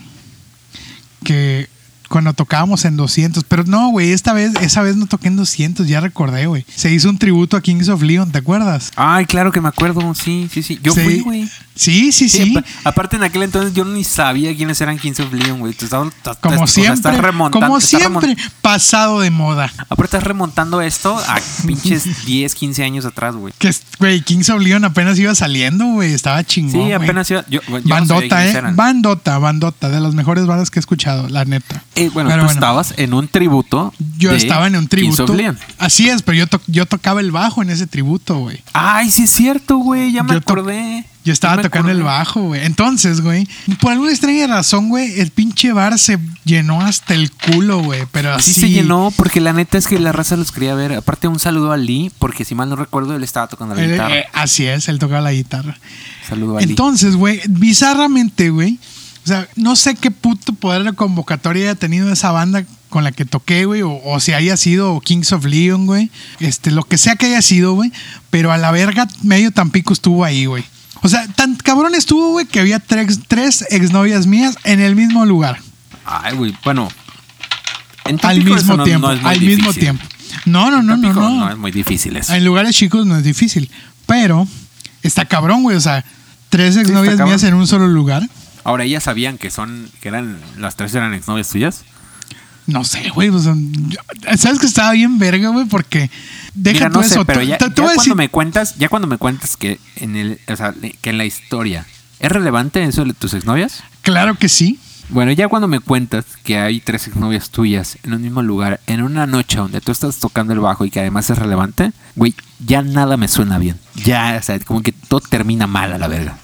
[SPEAKER 6] que cuando tocábamos en 200, pero no, güey, esta vez, esa vez no toqué en 200, ya recordé, güey. Se hizo un tributo a Kings of Leon, ¿te acuerdas?
[SPEAKER 1] ay, claro que me acuerdo, sí, sí, sí. Yo
[SPEAKER 6] Sí.
[SPEAKER 1] fui, güey.
[SPEAKER 6] Sí, sí,
[SPEAKER 1] Sí,
[SPEAKER 6] sí.
[SPEAKER 1] apa- aparte en aquel entonces yo ni sabía quiénes eran Kings of Leon, güey. Te estaba- te- te-
[SPEAKER 6] Como
[SPEAKER 1] o sea, estás
[SPEAKER 6] siempre,
[SPEAKER 1] remontando-
[SPEAKER 6] como
[SPEAKER 1] estás remon-
[SPEAKER 6] siempre, pasado de moda.
[SPEAKER 1] Aparte estás remontando esto a pinches 10, 15 años atrás, güey.
[SPEAKER 6] Que, güey, Kings of Leon apenas iba saliendo, güey, estaba chingón.
[SPEAKER 1] Sí,
[SPEAKER 6] güey.
[SPEAKER 1] apenas iba... Yo, yo no sabía
[SPEAKER 6] Bandota,
[SPEAKER 1] quiénes
[SPEAKER 6] eh.
[SPEAKER 1] eran.
[SPEAKER 6] Bandota, bandota, de las mejores bandas que he escuchado, la neta.
[SPEAKER 1] Eh, bueno,
[SPEAKER 6] Pero
[SPEAKER 1] tú estabas en un tributo.
[SPEAKER 6] Yo
[SPEAKER 1] de
[SPEAKER 6] estaba en un
[SPEAKER 1] Kings of
[SPEAKER 6] tributo.
[SPEAKER 1] Leon.
[SPEAKER 6] Así es, pero yo, to- yo tocaba el bajo en ese tributo, güey.
[SPEAKER 1] Ay, sí es cierto, güey. Ya me
[SPEAKER 6] Yo to-
[SPEAKER 1] acordé.
[SPEAKER 6] Yo estaba
[SPEAKER 1] Ya me
[SPEAKER 6] tocando el
[SPEAKER 1] acordé.
[SPEAKER 6] bajo, güey. Entonces, güey, por alguna extraña razón, güey, el pinche bar se llenó hasta el culo, güey. Pero así
[SPEAKER 1] Sí se llenó porque la neta es que la raza los quería ver. Aparte un saludo a Lee porque si mal no recuerdo él estaba tocando la
[SPEAKER 6] Él-
[SPEAKER 1] guitarra.
[SPEAKER 6] eh, así es, él tocaba la guitarra.
[SPEAKER 1] saludo a Lee.
[SPEAKER 6] Entonces, güey, bizarramente, güey. O sea, no sé qué puto poder de convocatoria haya tenido esa banda con la que toqué, güey. O, o si haya sido Kings of Leon, güey. Este, lo que sea que haya sido, güey. Pero a la verga, medio Tampico estuvo ahí, güey. O sea, tan cabrón estuvo, güey, que había tres, tres exnovias mías en el mismo lugar.
[SPEAKER 1] Ay, güey. Bueno. en
[SPEAKER 6] al
[SPEAKER 1] Tampico eso
[SPEAKER 6] mismo
[SPEAKER 1] no-
[SPEAKER 6] tiempo.
[SPEAKER 1] no es muy
[SPEAKER 6] al mismo
[SPEAKER 1] difícil.
[SPEAKER 6] tiempo. No, no,
[SPEAKER 1] En
[SPEAKER 6] no, no,
[SPEAKER 1] Tampico
[SPEAKER 6] no.
[SPEAKER 1] es muy difícil eso.
[SPEAKER 6] En lugares chicos no es difícil. Pero está cabrón, güey. O sea, tres
[SPEAKER 1] está
[SPEAKER 6] exnovias
[SPEAKER 1] cabrón.
[SPEAKER 6] mías en un solo lugar.
[SPEAKER 1] Ahora, ¿ellas sabían que son, que eran, las tres eran exnovias tuyas?
[SPEAKER 6] No sé, güey. pues, um, yo- ¿Sabes que estaba bien verga, güey? Porque deja
[SPEAKER 1] Mira,
[SPEAKER 6] todo
[SPEAKER 1] no sé,
[SPEAKER 6] eso.
[SPEAKER 1] pero
[SPEAKER 6] te-
[SPEAKER 1] ya,
[SPEAKER 6] te- te
[SPEAKER 1] ya
[SPEAKER 6] voy a
[SPEAKER 1] cuando
[SPEAKER 6] decir-
[SPEAKER 1] me cuentas, ya cuando me cuentas que en el, o sea, que en la historia, ¿es relevante eso de tus exnovias?
[SPEAKER 6] Claro que sí.
[SPEAKER 1] Bueno, ya cuando me cuentas que hay tres exnovias tuyas en un mismo lugar, en una noche donde tú estás tocando el bajo y que además es relevante, güey, ya nada me suena bien. Ya, o sea, como que todo termina mal a la verga.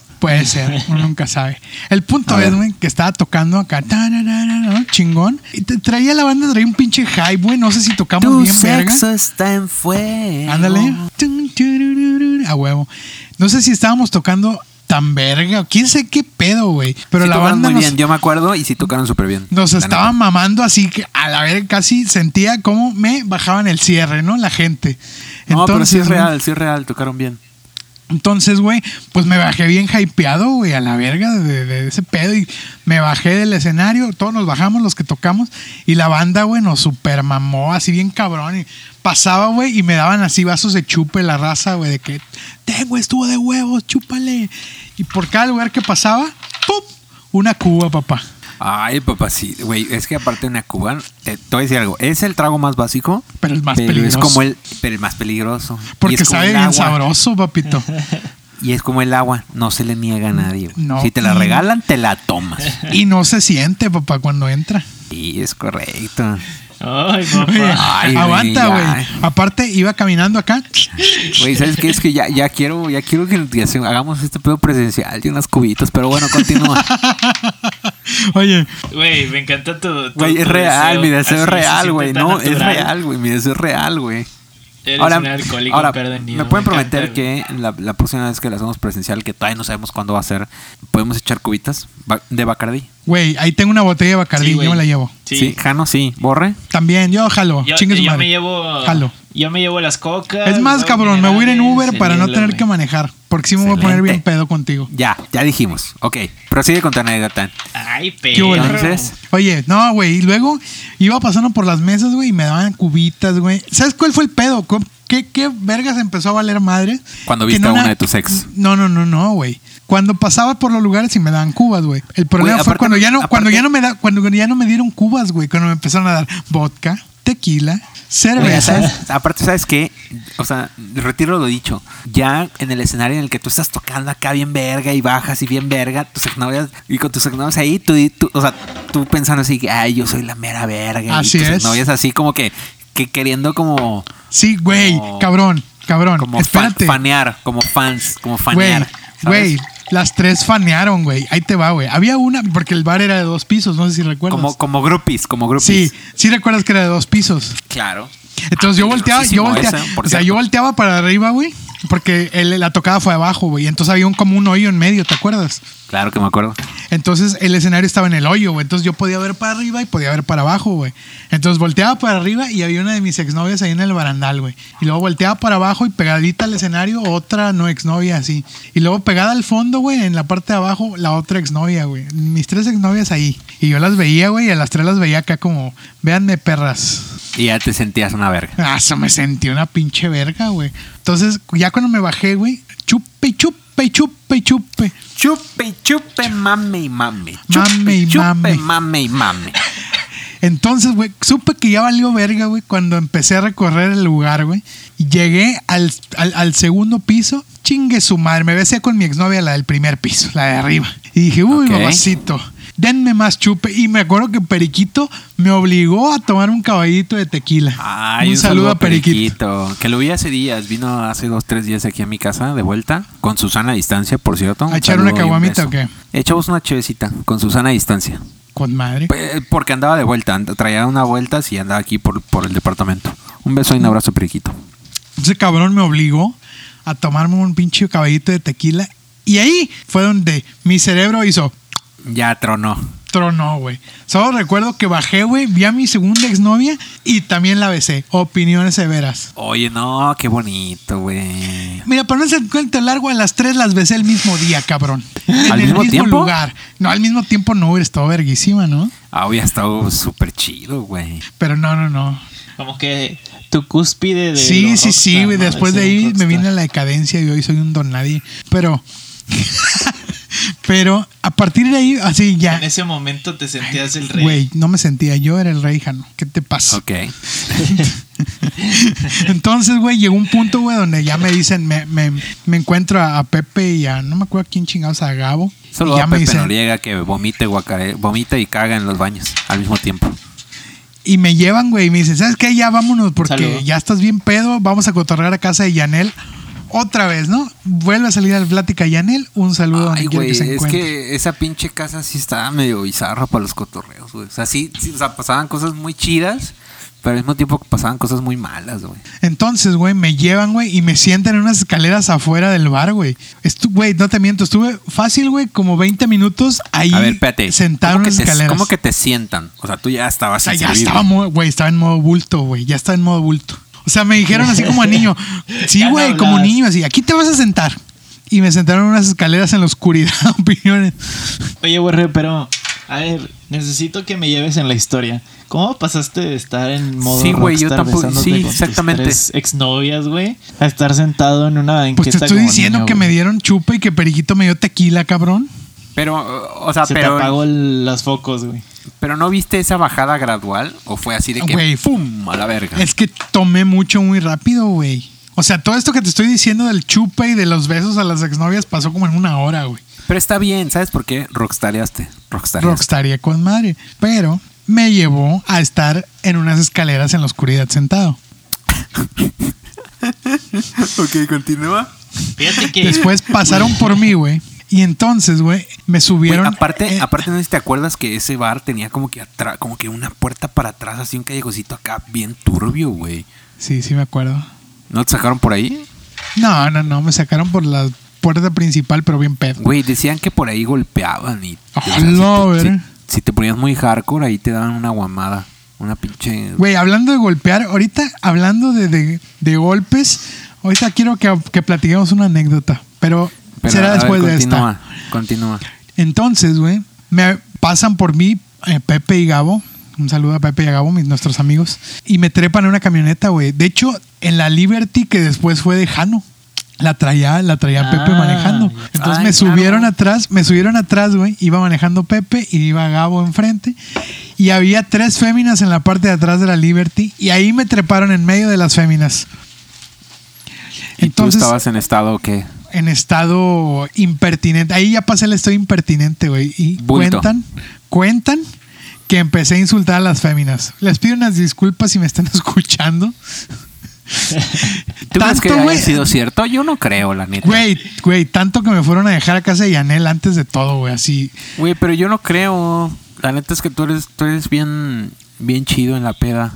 [SPEAKER 6] Puede ser, uno nunca sabe. El punto
[SPEAKER 1] A
[SPEAKER 6] es,
[SPEAKER 1] ver.
[SPEAKER 6] güey, que estaba tocando acá, tararara, chingón. Y te traía la banda, traía un pinche hype, güey. No sé si tocamos
[SPEAKER 1] Tu
[SPEAKER 6] bien verga.
[SPEAKER 1] sexo está en fuego.
[SPEAKER 6] Ándale. Tun, turururu, A huevo. No sé si estábamos tocando tan verga. Quién sé qué pedo, güey. Pero
[SPEAKER 1] Sí
[SPEAKER 6] la
[SPEAKER 1] tocaron
[SPEAKER 6] banda
[SPEAKER 1] muy
[SPEAKER 6] nos,
[SPEAKER 1] bien, yo me acuerdo y sí tocaron súper bien.
[SPEAKER 6] Nos
[SPEAKER 1] la
[SPEAKER 6] estaban
[SPEAKER 1] neta.
[SPEAKER 6] mamando así que a la vez casi sentía cómo me bajaban el cierre, ¿no? La gente.
[SPEAKER 1] No, pero sí es
[SPEAKER 6] güey,
[SPEAKER 1] real, sí es real, tocaron bien.
[SPEAKER 6] Entonces, güey, pues me bajé bien hypeado, güey, a la verga de, de ese pedo. Y me bajé del escenario, todos nos bajamos los que tocamos. Y la banda, güey, nos super mamó así bien cabrón. Y pasaba, güey, y me daban así vasos de chupe la raza, güey, de que, "Ten, güey, estuvo de huevos, chúpale. Y por cada lugar que pasaba, ¡pum! Una cuba, papá.
[SPEAKER 1] Ay, papá, sí, güey, es que aparte de una cubana, eh, te, te voy a decir algo, es el trago más básico,
[SPEAKER 6] Pero el más
[SPEAKER 1] pero
[SPEAKER 6] peligroso.
[SPEAKER 1] es como el, pero el más peligroso. Y
[SPEAKER 6] Porque
[SPEAKER 1] es como
[SPEAKER 6] sabe
[SPEAKER 1] el
[SPEAKER 6] bien
[SPEAKER 1] agua.
[SPEAKER 6] sabroso, papito.
[SPEAKER 1] Y es como el agua, no se le niega a nadie. güey.
[SPEAKER 6] No. Mm.
[SPEAKER 1] Si te la regalan, te la tomas.
[SPEAKER 6] y no se siente, papá, cuando entra.
[SPEAKER 1] Sí, es correcto.
[SPEAKER 7] Ay,
[SPEAKER 6] Oye,
[SPEAKER 7] papá.
[SPEAKER 1] Ay, güey,
[SPEAKER 6] aguanta,
[SPEAKER 1] ya.
[SPEAKER 6] güey. Aparte, iba caminando acá.
[SPEAKER 1] Güey, ¿sabes qué? Es que ya, ya quiero, ya quiero que que hace- hagamos este pedo presencial de unas cubitas, pero bueno, continúa.
[SPEAKER 6] Oye,
[SPEAKER 7] Güey, me encanta tu. tu-
[SPEAKER 1] Güey, es
[SPEAKER 7] tu
[SPEAKER 1] real, mi deseo
[SPEAKER 7] Así
[SPEAKER 1] es
[SPEAKER 7] se
[SPEAKER 1] real,
[SPEAKER 7] siente
[SPEAKER 1] güey.
[SPEAKER 7] tan
[SPEAKER 1] No, es
[SPEAKER 7] natural.
[SPEAKER 1] real, güey, mi deseo es real, güey.
[SPEAKER 7] Eres un alcohólico
[SPEAKER 1] ahora,
[SPEAKER 7] pervertido,
[SPEAKER 1] me pueden
[SPEAKER 7] encanta,
[SPEAKER 1] prometer
[SPEAKER 7] güey.
[SPEAKER 1] que la, la próxima vez que la hacemos presencial, que todavía no sabemos cuándo va a ser, podemos echar cubitas ba- de Bacardi.
[SPEAKER 6] güey, ahí tengo una botella de
[SPEAKER 7] Sí,
[SPEAKER 6] Bacardí,
[SPEAKER 7] güey.
[SPEAKER 6] yo me la llevo.
[SPEAKER 1] Sí. Jano, sí. Borre.
[SPEAKER 6] También, yo jalo.
[SPEAKER 7] Yo,
[SPEAKER 6] Chingue su
[SPEAKER 7] yo
[SPEAKER 6] madre.
[SPEAKER 7] me llevo.
[SPEAKER 6] Jalo.
[SPEAKER 7] Yo me llevo las cocas.
[SPEAKER 6] Es más,
[SPEAKER 7] los
[SPEAKER 6] cabrón, me voy a ir en
[SPEAKER 7] minerales,
[SPEAKER 6] Uber para
[SPEAKER 7] el
[SPEAKER 6] no
[SPEAKER 7] hielo,
[SPEAKER 6] tener
[SPEAKER 7] güey.
[SPEAKER 6] que manejar. Porque si me voy a poner
[SPEAKER 1] Excelente.
[SPEAKER 6] bien pedo contigo.
[SPEAKER 1] Ya, ya dijimos. Ok, prosigue con tu anécdota.
[SPEAKER 7] Ay,
[SPEAKER 6] ¿Qué
[SPEAKER 7] pero.
[SPEAKER 6] hubo?
[SPEAKER 1] Eh, Entonces,
[SPEAKER 6] Oye, no, güey. Y luego iba pasando por las mesas, güey, y me daban cubitas, güey. ¿Sabes cuál fue el pedo? ¿Cómo- ¿Qué, qué vergas empezó a valer madre?
[SPEAKER 1] Cuando
[SPEAKER 6] Que
[SPEAKER 1] viste
[SPEAKER 6] no
[SPEAKER 1] a una
[SPEAKER 6] na-
[SPEAKER 1] de tus ex.
[SPEAKER 6] No, no, no, no, güey. Cuando pasaba por los lugares y me daban cubas, güey. El problema
[SPEAKER 1] Güey,
[SPEAKER 6] fue
[SPEAKER 1] aparte-
[SPEAKER 6] cuando ya no, cuando
[SPEAKER 1] aparte-
[SPEAKER 6] ya no me da, cuando ya no me dieron cubas, güey. Cuando me empezaron a dar vodka, tequila,
[SPEAKER 1] Oye,
[SPEAKER 6] cervezas.
[SPEAKER 1] ¿sabes? Aparte, ¿sabes qué? O sea, retiro lo dicho. Ya en el escenario en el que tú estás tocando acá bien verga y bajas y bien verga, tus exnovias y con tus exnovias ahí, tú, tú- o sea, tú pensando así, que, ay, yo soy la mera verga.
[SPEAKER 6] Así
[SPEAKER 1] y tus
[SPEAKER 6] es.
[SPEAKER 1] exnovias así como que, que queriendo como,
[SPEAKER 6] Sí, güey,
[SPEAKER 1] Como-
[SPEAKER 6] cabrón, cabrón.
[SPEAKER 1] como fan-
[SPEAKER 6] Espérate.
[SPEAKER 1] fanear, como fans, como
[SPEAKER 6] Güey,
[SPEAKER 1] fanear. ¿sabes?
[SPEAKER 6] güey, las tres fanearon, güey. Ahí te va, güey. Había una, porque el bar era de dos pisos, no sé si recuerdas.
[SPEAKER 1] Como, como groupies, como groupies. Ah,
[SPEAKER 6] sí, sí recuerdas que era de dos pisos.
[SPEAKER 1] Claro.
[SPEAKER 6] Entonces yo volteaba, yo
[SPEAKER 1] Peligrosísimo
[SPEAKER 6] volteaba,
[SPEAKER 1] ese, por
[SPEAKER 6] o sea,
[SPEAKER 1] cierto.
[SPEAKER 6] yo volteaba para arriba, güey, porque él, la tocada fue abajo, güey. Entonces había un, como un hoyo en medio, ¿te acuerdas?
[SPEAKER 1] Claro que me acuerdo.
[SPEAKER 6] Entonces el escenario estaba en el hoyo, güey. Entonces yo podía ver para arriba y podía ver para abajo, güey. Entonces volteaba para arriba y había una de mis exnovias ahí en el barandal, güey. Y luego volteaba para abajo y pegadita al escenario otra no exnovia así. Y luego pegada al fondo, güey, en la parte de abajo la otra exnovia, güey. Mis tres exnovias ahí. Y yo las veía, güey, y a las tres las veía acá como, véanme perras.
[SPEAKER 1] Y ya te sentías una verga.
[SPEAKER 6] Ah, eso me sentí una pinche verga, güey. Entonces, ya cuando me bajé, güey, chupe, y chupe, y chupe, y chupe.
[SPEAKER 1] Chupe, chupe, mame y mame.
[SPEAKER 6] Mame y mame.
[SPEAKER 1] Chupe, mame y mame.
[SPEAKER 6] Entonces, güey, supe que ya valió verga, güey, cuando empecé a recorrer el lugar, güey. Y Llegué al, al, al segundo piso, chingue su madre. Me besé con mi exnovia, la del primer piso, la de arriba. Y dije, uy,
[SPEAKER 1] Ok.
[SPEAKER 6] mamacito, denme más chupe. Y me acuerdo que Periquito me obligó a tomar un caballito de tequila.
[SPEAKER 1] Ay, un, saludo, a Periquito. Que lo vi hace días. Vino hace dos, tres días aquí a mi casa, de vuelta. Con Susana a distancia, por cierto. Un
[SPEAKER 6] ¿A echar una
[SPEAKER 1] saludo y un
[SPEAKER 6] caguamita
[SPEAKER 1] beso.
[SPEAKER 6] o qué?
[SPEAKER 1] Echamos una chevecita con Susana a distancia.
[SPEAKER 6] Con madre.
[SPEAKER 1] Pe- Porque andaba de vuelta. and- Traía una vuelta y andaba aquí por, por el departamento. Un beso y un abrazo, Periquito.
[SPEAKER 6] Ese cabrón me obligó a tomarme un pinche caballito de tequila. Y ahí fue donde mi cerebro hizo
[SPEAKER 1] Ya tronó.
[SPEAKER 6] tronó, güey. Solo recuerdo que bajé, güey, vi a mi segunda exnovia y también la besé. Opiniones severas.
[SPEAKER 1] Oye, no, qué bonito, güey.
[SPEAKER 6] Mira, para no hacer el cuento largo, a las tres las besé el mismo día, cabrón. En
[SPEAKER 1] ¿Al
[SPEAKER 6] el
[SPEAKER 1] mismo
[SPEAKER 6] mismo
[SPEAKER 1] tiempo?
[SPEAKER 6] lugar. No, al mismo tiempo no hubiera estado verguísima, ¿no?
[SPEAKER 1] Ah, hubiera estado súper chido, güey.
[SPEAKER 6] Pero no, no, no.
[SPEAKER 7] Como que tu cúspide de.
[SPEAKER 6] sí,
[SPEAKER 7] lo
[SPEAKER 6] sí, sí,
[SPEAKER 7] rockstar,
[SPEAKER 6] güey.
[SPEAKER 7] ¿no?
[SPEAKER 6] Después de
[SPEAKER 7] ser un
[SPEAKER 6] ahí me
[SPEAKER 7] rockstar.
[SPEAKER 6] vine a la decadencia y hoy soy un don nadie. Pero. pero a partir de ahí, así ya.
[SPEAKER 7] En ese momento te sentías el rey.
[SPEAKER 6] Güey, no me sentía. Yo era el rey, Jano. ¿Qué te pasa?
[SPEAKER 1] Ok.
[SPEAKER 6] Entonces, güey, llegó un punto, güey, donde ya me dicen, me, me, me encuentro a, a Pepe y a, no me acuerdo a quién chingados, a Gabo.
[SPEAKER 1] Solo
[SPEAKER 6] y ya
[SPEAKER 1] a
[SPEAKER 6] me
[SPEAKER 1] Pepe
[SPEAKER 6] dicen-
[SPEAKER 1] Noriega que vomite, guacare- vomita y caga en los baños al mismo tiempo.
[SPEAKER 6] y me llevan, güey, y me dicen, ¿sabes qué? Ya vámonos porque
[SPEAKER 7] Saludo.
[SPEAKER 6] ya estás bien pedo, vamos a cotorrear a casa de Yanel. Otra vez, ¿no? Vuelve a salir al plática Yanel, un saludo
[SPEAKER 1] Ay,
[SPEAKER 6] donde quiera
[SPEAKER 1] güey,
[SPEAKER 6] que se
[SPEAKER 1] es
[SPEAKER 6] encuentre.
[SPEAKER 1] que esa pinche casa sí estaba medio bizarra para los cotorreos, güey. O sea, sí, sí, o sea, pasaban cosas muy chidas, pero al mismo tiempo pasaban cosas muy malas, güey.
[SPEAKER 6] Entonces, güey, me llevan, güey, y me sientan en unas escaleras afuera del bar, güey. Estu- Güey, no te miento, estuve fácil, güey, como 20 minutos ahí
[SPEAKER 1] A ver, espérate.
[SPEAKER 6] sentado en
[SPEAKER 1] ¿Cómo que,
[SPEAKER 6] unas
[SPEAKER 1] te,
[SPEAKER 6] escaleras.
[SPEAKER 1] ¿Cómo que te sientan? O sea, tú ya estabas
[SPEAKER 6] O sea,
[SPEAKER 1] sin
[SPEAKER 6] ya
[SPEAKER 1] servir,
[SPEAKER 6] estaba,
[SPEAKER 1] güey.
[SPEAKER 6] mo- güey, estaba en modo bulto, güey. Ya estaba en modo bulto. O sea, me dijeron así como a niño. Sí,
[SPEAKER 7] Ya no
[SPEAKER 6] güey, como
[SPEAKER 7] hablas.
[SPEAKER 6] niño, así. Aquí te vas a sentar. Y me sentaron en unas escaleras en la oscuridad, opiniones.
[SPEAKER 7] Oye, borre, pero. A ver, necesito que me lleves en la historia. ¿Cómo pasaste de estar en modo
[SPEAKER 1] Sí, güey, yo
[SPEAKER 7] rockstar
[SPEAKER 1] tampoco-
[SPEAKER 7] besándote
[SPEAKER 1] sí,
[SPEAKER 7] con tus
[SPEAKER 1] exactamente.
[SPEAKER 7] tres exnovias, güey, a estar sentado en una banqueta
[SPEAKER 6] Pues te estoy
[SPEAKER 7] como
[SPEAKER 6] diciendo
[SPEAKER 7] niño,
[SPEAKER 6] que
[SPEAKER 7] güey?
[SPEAKER 6] me dieron chupa y que Periquito me dio tequila, cabrón.
[SPEAKER 1] Pero, o sea,
[SPEAKER 7] Se te
[SPEAKER 1] pero,
[SPEAKER 7] apagó el- los focos, güey.
[SPEAKER 1] pero ¿no viste esa bajada gradual? ¿O fue así de que
[SPEAKER 6] Güey,
[SPEAKER 1] ¡pum! a la verga?
[SPEAKER 6] Es que tomé mucho muy rápido, güey. O sea, todo esto que te estoy diciendo del chupa y de los besos a las exnovias pasó como en una hora, güey.
[SPEAKER 1] Pero está bien, ¿sabes por qué? Rockstareaste. Rockstareaste.
[SPEAKER 6] Rockstaría con madre. Pero me llevó a estar en unas escaleras en la oscuridad sentado.
[SPEAKER 1] Ok, continúa.
[SPEAKER 7] Fíjate que.
[SPEAKER 6] Después pasaron por mí, güey. Y entonces, güey, me
[SPEAKER 1] Güey,
[SPEAKER 6] subieron.
[SPEAKER 1] aparte,
[SPEAKER 6] eh,
[SPEAKER 1] aparte, no sé si te acuerdas que ese bar tenía como que atra- como que una puerta para atrás, así un callejocito acá, bien turbio, güey.
[SPEAKER 6] Sí, sí, me acuerdo.
[SPEAKER 1] ¿No te sacaron por ahí?
[SPEAKER 6] No, no, no. Me sacaron por la puerta principal, pero bien pedo.
[SPEAKER 1] Güey, decían que por ahí golpeaban y.
[SPEAKER 6] Ojalá,
[SPEAKER 1] si, te,
[SPEAKER 6] ver.
[SPEAKER 1] si- si te ponías muy hardcore, ahí te daban una guamada. Una pinche.
[SPEAKER 6] Güey, hablando de golpear, ahorita hablando de, de- de golpes, ahorita quiero que, que platiquemos una anécdota. Pero,
[SPEAKER 1] Pero, a
[SPEAKER 6] será
[SPEAKER 1] ver,
[SPEAKER 6] después de
[SPEAKER 1] continúa,
[SPEAKER 6] esta.
[SPEAKER 1] Continúa.
[SPEAKER 6] Entonces, güey, me pasan por mí eh, Pepe y Gabo. Un saludo a Pepe y a Gabo, mis, nuestros amigos. Y me trepan en una camioneta, güey. De hecho, en la Liberty que después fue de Jano. La traía, la traía Pepe
[SPEAKER 7] Ah,
[SPEAKER 6] manejando. Entonces
[SPEAKER 1] Ay,
[SPEAKER 6] me subieron
[SPEAKER 1] claro.
[SPEAKER 6] atrás, me subieron atrás, güey. Iba manejando Pepe y iba Gabo enfrente. Y había tres féminas en la parte de atrás de la Liberty. Y ahí me treparon en medio de las féminas.
[SPEAKER 1] ¿Y tú estabas en estado que.
[SPEAKER 6] En estado impertinente. Ahí ya pasé el estado impertinente, güey. Y
[SPEAKER 1] Bulto.
[SPEAKER 6] cuentan, cuentan que empecé a insultar a las féminas. Les pido unas disculpas si me están escuchando.
[SPEAKER 1] ¿Tú crees que
[SPEAKER 6] Tanto,
[SPEAKER 1] haya
[SPEAKER 6] güey.
[SPEAKER 1] sido cierto? Yo no creo, la neta.
[SPEAKER 6] Güey, güey, tanto que me fueron a dejar a casa de Yanel antes de todo, güey, así.
[SPEAKER 1] Güey, pero yo no creo. La neta es que tú eres, tú eres bien, bien chido en la peda.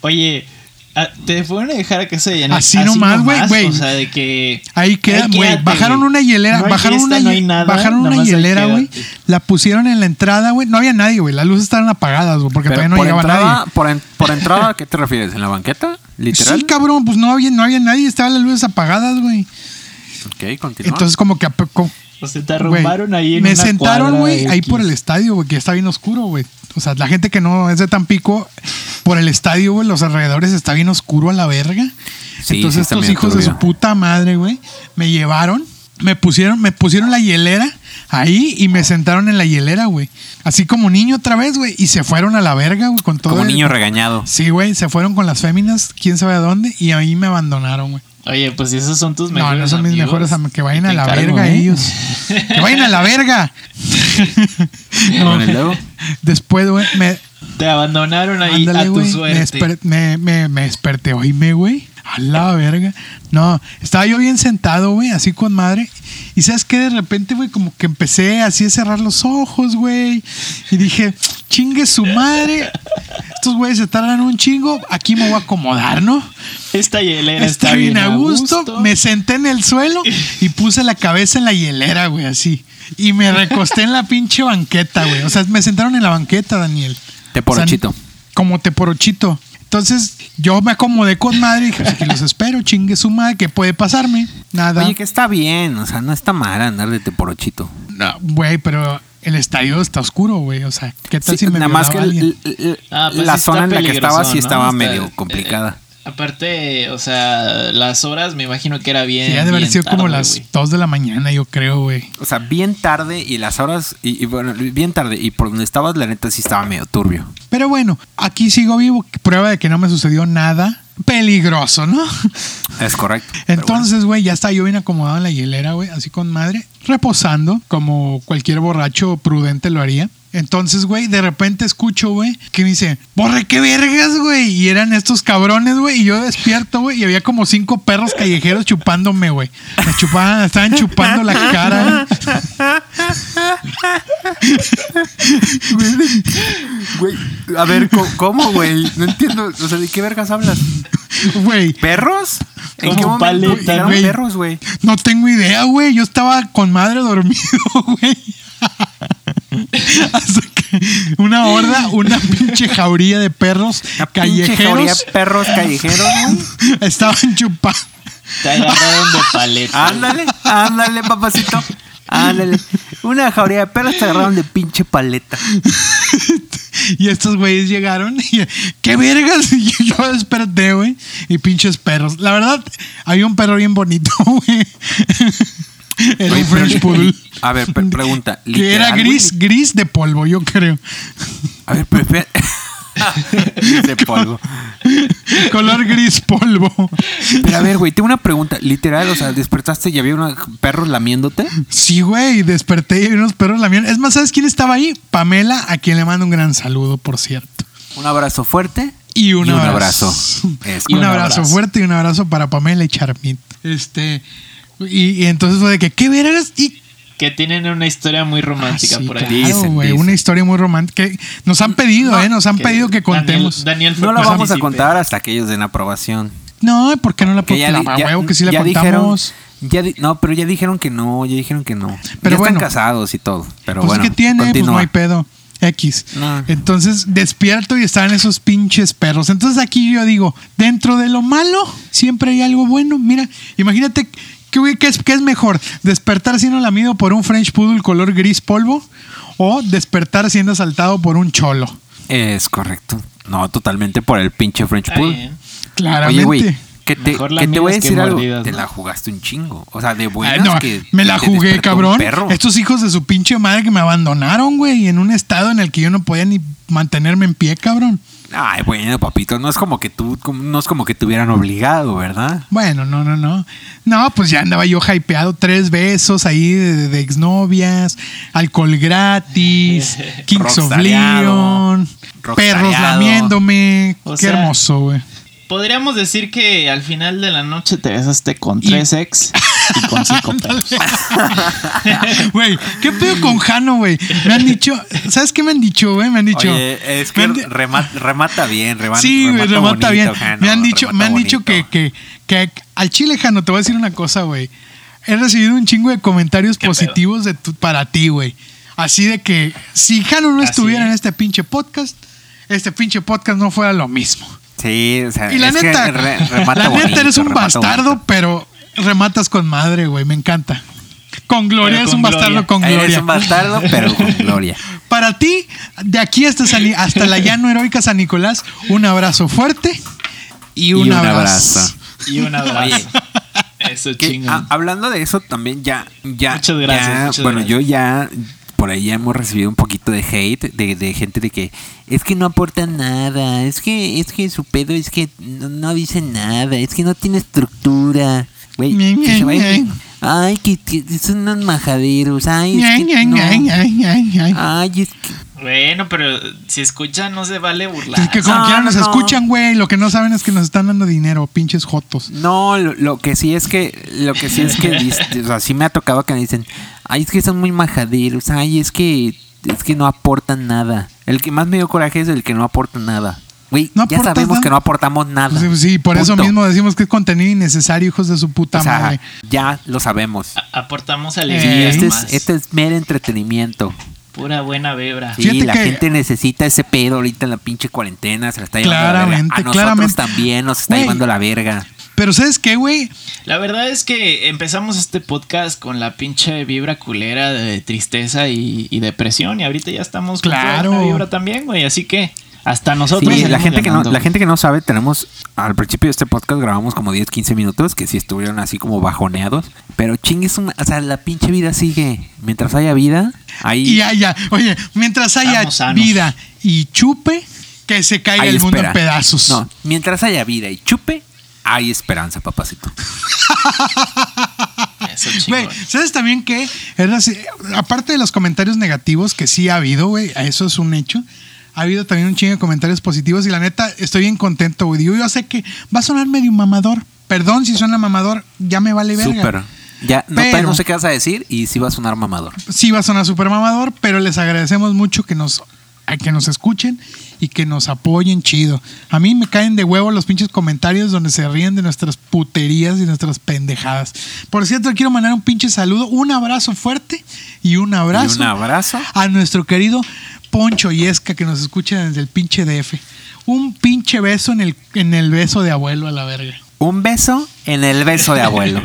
[SPEAKER 7] Oye, a- te fueron a dejar a casa de Yanel.
[SPEAKER 6] Así nomás, güey, güey.
[SPEAKER 7] O sea, de que.
[SPEAKER 6] Ahí queda,
[SPEAKER 7] Ahí
[SPEAKER 6] güey.
[SPEAKER 7] quédate,
[SPEAKER 6] Bajaron
[SPEAKER 7] güey.
[SPEAKER 6] una hielera,
[SPEAKER 7] No hay
[SPEAKER 6] bajaron,
[SPEAKER 7] fiesta,
[SPEAKER 6] una,
[SPEAKER 7] no
[SPEAKER 6] hie-
[SPEAKER 7] hay nada,
[SPEAKER 6] bajaron una
[SPEAKER 7] nomás ahí
[SPEAKER 6] hielera, güey.
[SPEAKER 7] quédate.
[SPEAKER 6] La pusieron en la entrada, güey. No había nadie, güey. Las luces estaban apagadas, güey, porque
[SPEAKER 1] Pero
[SPEAKER 6] todavía no
[SPEAKER 1] por,
[SPEAKER 6] llegaba
[SPEAKER 1] entrada,
[SPEAKER 6] nadie.
[SPEAKER 1] por, en- por entrada, ¿a qué te refieres? ¿En la banqueta? ¿Literal?
[SPEAKER 6] Sí, cabrón, pues no había, no había nadie, estaban las luces apagadas, güey.
[SPEAKER 1] ok, continúa.
[SPEAKER 6] Entonces, como que a- co-
[SPEAKER 7] O sea, te arrumbaron
[SPEAKER 6] Güey,
[SPEAKER 7] ahí en
[SPEAKER 6] Me
[SPEAKER 7] una
[SPEAKER 6] sentaron,
[SPEAKER 7] cuadra
[SPEAKER 6] güey, ahí
[SPEAKER 7] X.
[SPEAKER 6] por el estadio, güey, que está bien oscuro, güey. O sea, la gente que no es de Tampico, por el estadio, güey, los alrededores está bien oscuro a la verga.
[SPEAKER 1] Sí,
[SPEAKER 6] Entonces
[SPEAKER 1] sí está
[SPEAKER 6] estos
[SPEAKER 1] medio
[SPEAKER 6] hijos de su
[SPEAKER 1] turbio.
[SPEAKER 6] puta madre, güey, me llevaron, me pusieron, me pusieron la hielera ahí y me sentaron en la hielera, güey. Así como niño otra vez, güey, y se fueron a la verga, güey, con todo.
[SPEAKER 1] Como
[SPEAKER 6] el-
[SPEAKER 1] niño regañado.
[SPEAKER 6] Sí, güey, se fueron con las féminas, quién sabe a dónde, y ahí me abandonaron, güey.
[SPEAKER 7] Oye, pues si esos son tus
[SPEAKER 6] No,
[SPEAKER 7] mejores.
[SPEAKER 6] no son mis
[SPEAKER 7] amigos,
[SPEAKER 6] mejores amigos. Que vayan
[SPEAKER 7] te
[SPEAKER 6] a la
[SPEAKER 7] encargo,
[SPEAKER 6] verga
[SPEAKER 7] ¿eh?
[SPEAKER 6] ellos. Que vayan a la verga.
[SPEAKER 1] Bueno, y luego,
[SPEAKER 6] Después, güey, me,
[SPEAKER 7] Te abandonaron ahí
[SPEAKER 6] ándale,
[SPEAKER 7] a tu
[SPEAKER 6] güey, me,
[SPEAKER 7] suerte.
[SPEAKER 6] desper- me, me, me desperté. Oíme, güey. A la verga. No, estaba yo bien sentado, güey, así con madre. Y sabes que de repente, güey, como que empecé así a cerrar los ojos, güey. Y dije, chingue su madre. Estos güeyes se tardan un chingo. Aquí me voy a acomodar, ¿no?
[SPEAKER 7] Esta hielera
[SPEAKER 6] Está bien a gusto. Me
[SPEAKER 7] Me...
[SPEAKER 6] senté en el suelo y puse la cabeza en la hielera, güey, así. Y me recosté en la pinche banqueta, güey. O sea, me sentaron en la banqueta, Daniel.
[SPEAKER 1] Teporochito.
[SPEAKER 6] O sea, como teporochito. Entonces, yo me acomodé con madre y dije, pues aquí los espero, chingue su madre, ¿qué puede pasarme? Nada.
[SPEAKER 1] Oye, que está bien. O sea, no está mal andar de teporochito.
[SPEAKER 6] No, güey, pero el estadio está oscuro, güey. O sea, ¿qué tal
[SPEAKER 1] Sí,
[SPEAKER 6] si me
[SPEAKER 1] nada más que
[SPEAKER 6] violaba alguien?
[SPEAKER 1] el- el-
[SPEAKER 7] Ah, pues
[SPEAKER 1] la
[SPEAKER 7] sí está
[SPEAKER 1] zona en la que estaba
[SPEAKER 7] peligroso,
[SPEAKER 1] sí
[SPEAKER 7] ¿no?
[SPEAKER 1] estaba
[SPEAKER 7] Está-
[SPEAKER 1] medio
[SPEAKER 7] eh,
[SPEAKER 1] complicada.
[SPEAKER 7] Aparte, o sea, las horas me imagino que era bien.
[SPEAKER 6] Sí, ha de haber
[SPEAKER 7] bien
[SPEAKER 6] sido como
[SPEAKER 7] tarde,
[SPEAKER 6] las
[SPEAKER 7] güey.
[SPEAKER 6] 2 de la mañana, yo creo, güey.
[SPEAKER 1] O sea, bien tarde y las horas. Y, y bueno, bien tarde. Y por donde estabas, la neta sí estaba medio turbio.
[SPEAKER 6] Pero bueno, aquí sigo vivo, prueba de que no me sucedió nada peligroso, ¿no?
[SPEAKER 1] Es correcto. Pero
[SPEAKER 6] Entonces, güey, ya estaba yo bien acomodado en la hielera, güey, así con madre, reposando, como cualquier borracho prudente lo haría. Entonces, güey, de repente escucho, güey, que me dice, borre, qué vergas, güey. Y eran estos cabrones, güey. Y yo despierto, güey, y había como cinco perros callejeros chupándome, güey. Me chupaban, estaban chupando la cara. güey.
[SPEAKER 1] Güey, a ver, co- ¿cómo, güey? No entiendo. O sea, ¿de qué vergas hablas?
[SPEAKER 6] Güey,
[SPEAKER 1] ¿Perros? ¿En qué
[SPEAKER 7] Como
[SPEAKER 1] momento
[SPEAKER 7] paleta,
[SPEAKER 1] llegaron
[SPEAKER 6] güey.
[SPEAKER 1] perros, güey?
[SPEAKER 6] No tengo idea, güey. Yo estaba con madre dormido, güey. Hasta que una horda, una pinche jauría de perros
[SPEAKER 1] Una pinche jauría
[SPEAKER 6] callejeros
[SPEAKER 1] de perros callejeros, güey.
[SPEAKER 6] estaban chupando.
[SPEAKER 7] Te agarraron de paleta. güey.
[SPEAKER 1] Ándale, ándale, papacito. Ándale. Una jauría de perros te agarraron de pinche paleta.
[SPEAKER 6] Y estos güeyes llegaron y qué vergas. Y yo desperté, güey. Y pinches perros. La verdad, había un perro bien bonito, güey. Era
[SPEAKER 1] Oye,
[SPEAKER 6] un
[SPEAKER 1] pero-
[SPEAKER 6] French Poodle.
[SPEAKER 1] A ver, pre- pregunta,
[SPEAKER 6] Que era
[SPEAKER 1] ¿literal, güey?
[SPEAKER 6] gris, gris de polvo, yo creo.
[SPEAKER 1] A ver, Pepe. de polvo.
[SPEAKER 6] Color gris polvo.
[SPEAKER 1] Pero a ver, güey, tengo una pregunta. Literal, o sea, despertaste y había unos perros lamiéndote.
[SPEAKER 6] Sí, güey, desperté y vi unos perros la mierda. Es más, ¿sabes quién estaba ahí? Pamela, a quien le mando un gran saludo, por cierto.
[SPEAKER 1] Un abrazo fuerte.
[SPEAKER 6] Y un,
[SPEAKER 1] Y un
[SPEAKER 6] abrazo.
[SPEAKER 1] abrazo. Es
[SPEAKER 6] un,
[SPEAKER 1] correcto.
[SPEAKER 6] abrazo, fuerte y un abrazo para Pamela y Charmit. Este. Y, y entonces fue de que, ¿qué verás? Y.
[SPEAKER 7] Que tienen una historia muy romántica
[SPEAKER 6] Ah, sí,
[SPEAKER 7] por ahí.
[SPEAKER 1] claro. Dicen,
[SPEAKER 6] güey,
[SPEAKER 1] dicen.
[SPEAKER 6] una historia muy romántica. que Nos han pedido,
[SPEAKER 1] No,
[SPEAKER 6] ¿eh? Nos han pedido que contemos.
[SPEAKER 7] Daniel, Daniel fue
[SPEAKER 1] No la vamos a
[SPEAKER 7] partícipe.
[SPEAKER 1] contar hasta que ellos den aprobación.
[SPEAKER 6] No, ¿por qué no la
[SPEAKER 1] Que ya
[SPEAKER 6] contamos?
[SPEAKER 1] di- ya-
[SPEAKER 6] A huevo que sí la
[SPEAKER 1] ya
[SPEAKER 6] contamos.
[SPEAKER 1] Dijeron, ya di- no, pero ya dijeron que no, ya dijeron que no.
[SPEAKER 6] Pero
[SPEAKER 1] ya
[SPEAKER 6] bueno.
[SPEAKER 1] están casados y todo. Pero
[SPEAKER 6] pues
[SPEAKER 1] bueno,
[SPEAKER 6] que tiene, pues no
[SPEAKER 1] continúa.
[SPEAKER 6] hay pedo. X.
[SPEAKER 1] No.
[SPEAKER 6] Entonces despierto y están esos pinches perros. Entonces aquí yo digo, dentro de lo malo siempre hay algo bueno. Mira, imagínate qué, güey, qué es, qué es mejor, despertar siendo lamido por un French Poodle color gris polvo o despertar siendo asaltado por un cholo.
[SPEAKER 1] Es correcto. No, totalmente por el pinche French
[SPEAKER 7] Está
[SPEAKER 1] Pool.
[SPEAKER 7] bien.
[SPEAKER 6] Claramente.
[SPEAKER 1] Oye, güey, que te,
[SPEAKER 7] Mejor
[SPEAKER 1] que te voy a
[SPEAKER 7] lamidas que
[SPEAKER 1] decir algo.
[SPEAKER 7] mordidas,
[SPEAKER 1] te
[SPEAKER 7] ¿no?
[SPEAKER 1] la jugaste un chingo. O sea, de
[SPEAKER 6] Ah,
[SPEAKER 1] buenas
[SPEAKER 6] no,
[SPEAKER 1] que
[SPEAKER 6] me la
[SPEAKER 1] te
[SPEAKER 6] jugué,
[SPEAKER 1] despertó un
[SPEAKER 6] cabrón.
[SPEAKER 1] perro.
[SPEAKER 6] Estos hijos de su pinche madre que me abandonaron, güey, en un estado en el que yo no podía ni mantenerme en pie, cabrón.
[SPEAKER 1] Ay, bueno, papito, no es como que tú, como- no es como que te hubieran obligado, ¿verdad?
[SPEAKER 6] Bueno, no, no, no. No, pues ya andaba yo hypeado. Tres besos ahí de, de- de exnovias, alcohol gratis, Kings of
[SPEAKER 1] Rockstareado.
[SPEAKER 6] Leon, perros
[SPEAKER 1] Rockstareado.
[SPEAKER 6] lamiéndome.
[SPEAKER 7] O
[SPEAKER 6] Qué
[SPEAKER 7] sea-
[SPEAKER 6] hermoso, güey.
[SPEAKER 7] Podríamos decir que al final de la noche te besaste con tres ex y con cinco perros.
[SPEAKER 6] Güey, ¿qué pedo con Jano, güey? Me han dicho, ¿sabes qué me han dicho, güey? Me han dicho.
[SPEAKER 1] Oye, es
[SPEAKER 6] me
[SPEAKER 1] que
[SPEAKER 6] han di-
[SPEAKER 1] remata, remata bien, reman- remata,
[SPEAKER 6] sí, güey, remata
[SPEAKER 1] bonito,
[SPEAKER 6] bien.
[SPEAKER 1] Jano,
[SPEAKER 6] me han dicho, me
[SPEAKER 1] remata
[SPEAKER 6] han dicho que,
[SPEAKER 1] bonito.
[SPEAKER 6] que, que al chile, Jano, te voy a decir una cosa, güey. He recibido un chingo de comentarios positivos de tu- para ti, güey. Así de que si Jano no
[SPEAKER 1] Ah,
[SPEAKER 2] Así
[SPEAKER 6] estuviera en
[SPEAKER 2] es.
[SPEAKER 6] este pinche podcast, este pinche podcast no fuera lo mismo.
[SPEAKER 1] Sí, o sea,
[SPEAKER 6] Y
[SPEAKER 1] Eh,
[SPEAKER 6] la
[SPEAKER 1] es que
[SPEAKER 6] neta,
[SPEAKER 1] re- remata
[SPEAKER 6] la neta
[SPEAKER 1] bonito,
[SPEAKER 6] eres un
[SPEAKER 1] remata
[SPEAKER 6] bastardo,
[SPEAKER 1] bonito.
[SPEAKER 6] pero rematas con madre, güey. Me encanta. Con gloria,
[SPEAKER 2] Pero
[SPEAKER 6] eres
[SPEAKER 2] con
[SPEAKER 6] un bastardo
[SPEAKER 2] gloria.
[SPEAKER 6] con gloria.
[SPEAKER 1] Eres un bastardo, pero con gloria.
[SPEAKER 6] Para ti, de aquí hasta, San- hasta la llano heroica San Nicolás, un abrazo fuerte y un,
[SPEAKER 1] un
[SPEAKER 6] abrazo.
[SPEAKER 1] abrazo.
[SPEAKER 7] Y un abrazo.
[SPEAKER 1] Oye.
[SPEAKER 7] Eso
[SPEAKER 1] Que,
[SPEAKER 7] chingón.
[SPEAKER 1] ah, hablando de eso también ya ya
[SPEAKER 7] Muchas gracias,
[SPEAKER 1] ya,
[SPEAKER 7] muchas
[SPEAKER 1] bueno
[SPEAKER 7] gracias.
[SPEAKER 1] yo ya por ahí ya hemos recibido un poquito de hate de, de gente de que es que no aporta nada es que es que su pedo es que no, no dice nada es que no tiene estructura güey
[SPEAKER 6] Ñe,
[SPEAKER 1] que
[SPEAKER 6] ñe,
[SPEAKER 1] se vayan-
[SPEAKER 6] ñe.
[SPEAKER 1] ay que, que son unos majaderos ay es
[SPEAKER 6] Ña,
[SPEAKER 1] que
[SPEAKER 6] ña,
[SPEAKER 1] no. Ah,
[SPEAKER 6] ña, ña, ña, ña.
[SPEAKER 1] ay es que
[SPEAKER 7] Bueno, pero si escucha no se vale burlar.
[SPEAKER 6] Es que como
[SPEAKER 1] No,
[SPEAKER 6] quieran
[SPEAKER 1] no,
[SPEAKER 6] nos
[SPEAKER 1] no.
[SPEAKER 6] escuchan, güey. Lo que no saben es que nos están dando dinero, pinches jotos.
[SPEAKER 1] No, lo, lo que sí es que, lo que sí es que, dis- o sea, sí me ha tocado que me dicen, ay, es que son muy majaderos, ay, es que, es que no aportan nada. El que más me dio coraje es el que no aporta nada. Güey,
[SPEAKER 6] No
[SPEAKER 1] ya
[SPEAKER 6] aportas
[SPEAKER 1] sabemos
[SPEAKER 6] nada.
[SPEAKER 1] que no aportamos nada.
[SPEAKER 6] Sí, pues sí, por eso
[SPEAKER 1] Punto.
[SPEAKER 6] mismo decimos que es contenido innecesario, hijos de su puta
[SPEAKER 1] O sea,
[SPEAKER 6] madre.
[SPEAKER 1] ya lo sabemos.
[SPEAKER 7] A- Aportamos
[SPEAKER 1] Y
[SPEAKER 7] alegría.
[SPEAKER 6] Eh,
[SPEAKER 1] este
[SPEAKER 7] más.
[SPEAKER 1] es, este es mero entretenimiento.
[SPEAKER 7] Pura buena vibra.
[SPEAKER 1] Sí,
[SPEAKER 6] Fíjate
[SPEAKER 1] la
[SPEAKER 6] que-
[SPEAKER 1] gente necesita ese pedo ahorita en la pinche cuarentena, se la está llevando a la verga.
[SPEAKER 6] Claramente,
[SPEAKER 1] A nosotros
[SPEAKER 6] claramente.
[SPEAKER 1] también nos está
[SPEAKER 6] Güey.
[SPEAKER 1] llevando a la verga.
[SPEAKER 6] Pero ¿sabes qué, güey?
[SPEAKER 7] La verdad es que empezamos este podcast con la pinche vibra culera de tristeza y, y depresión. Y ahorita ya estamos con
[SPEAKER 6] Claro.
[SPEAKER 7] una vibra también, güey. Así que hasta
[SPEAKER 1] Sí,
[SPEAKER 7] nosotros.
[SPEAKER 1] la,
[SPEAKER 7] salimos
[SPEAKER 1] gente que no,
[SPEAKER 7] ganando.
[SPEAKER 1] la gente que no sabe, tenemos al principio de este podcast grabamos como 10, 15 minutos que sí estuvieron así como bajoneados, pero chingues, una- o sea, la pinche vida sigue. Mientras haya vida,
[SPEAKER 6] Y
[SPEAKER 1] ahí
[SPEAKER 6] ya, ya. Oye, mientras haya
[SPEAKER 7] Estamos sanos.
[SPEAKER 6] vida y chupe, que se caiga
[SPEAKER 1] hay
[SPEAKER 6] el mundo
[SPEAKER 1] espera.
[SPEAKER 6] en pedazos.
[SPEAKER 1] No, mientras haya vida y chupe, hay esperanza, papacito.
[SPEAKER 7] Eso,
[SPEAKER 6] Güey,
[SPEAKER 7] chingón.
[SPEAKER 6] ¿sabes también qué? Es así, aparte de los comentarios negativos que sí ha habido, güey, eso es un hecho. Ha habido también un chingo de comentarios positivos y la neta estoy bien contento, güey. Digo, yo sé que va a sonar medio mamador. Perdón si suena mamador, ya me vale verga.
[SPEAKER 1] Súper. Ya, no,
[SPEAKER 6] Pero-
[SPEAKER 1] no sé qué vas a decir y sí va a sonar mamador.
[SPEAKER 6] Sí va a sonar súper mamador, pero les agradecemos mucho que nos a que nos escuchen y que nos apoyen chido. A mí me caen de huevo los pinches comentarios donde se ríen de nuestras puterías y nuestras pendejadas. Por cierto, quiero mandar un pinche saludo, un abrazo fuerte y un abrazo.
[SPEAKER 1] Y un abrazo.
[SPEAKER 6] a nuestro querido Poncho Yesca que nos escucha desde el pinche DF. Un pinche beso en el, en el beso de abuelo a la verga.
[SPEAKER 1] Un beso en el beso de abuelo.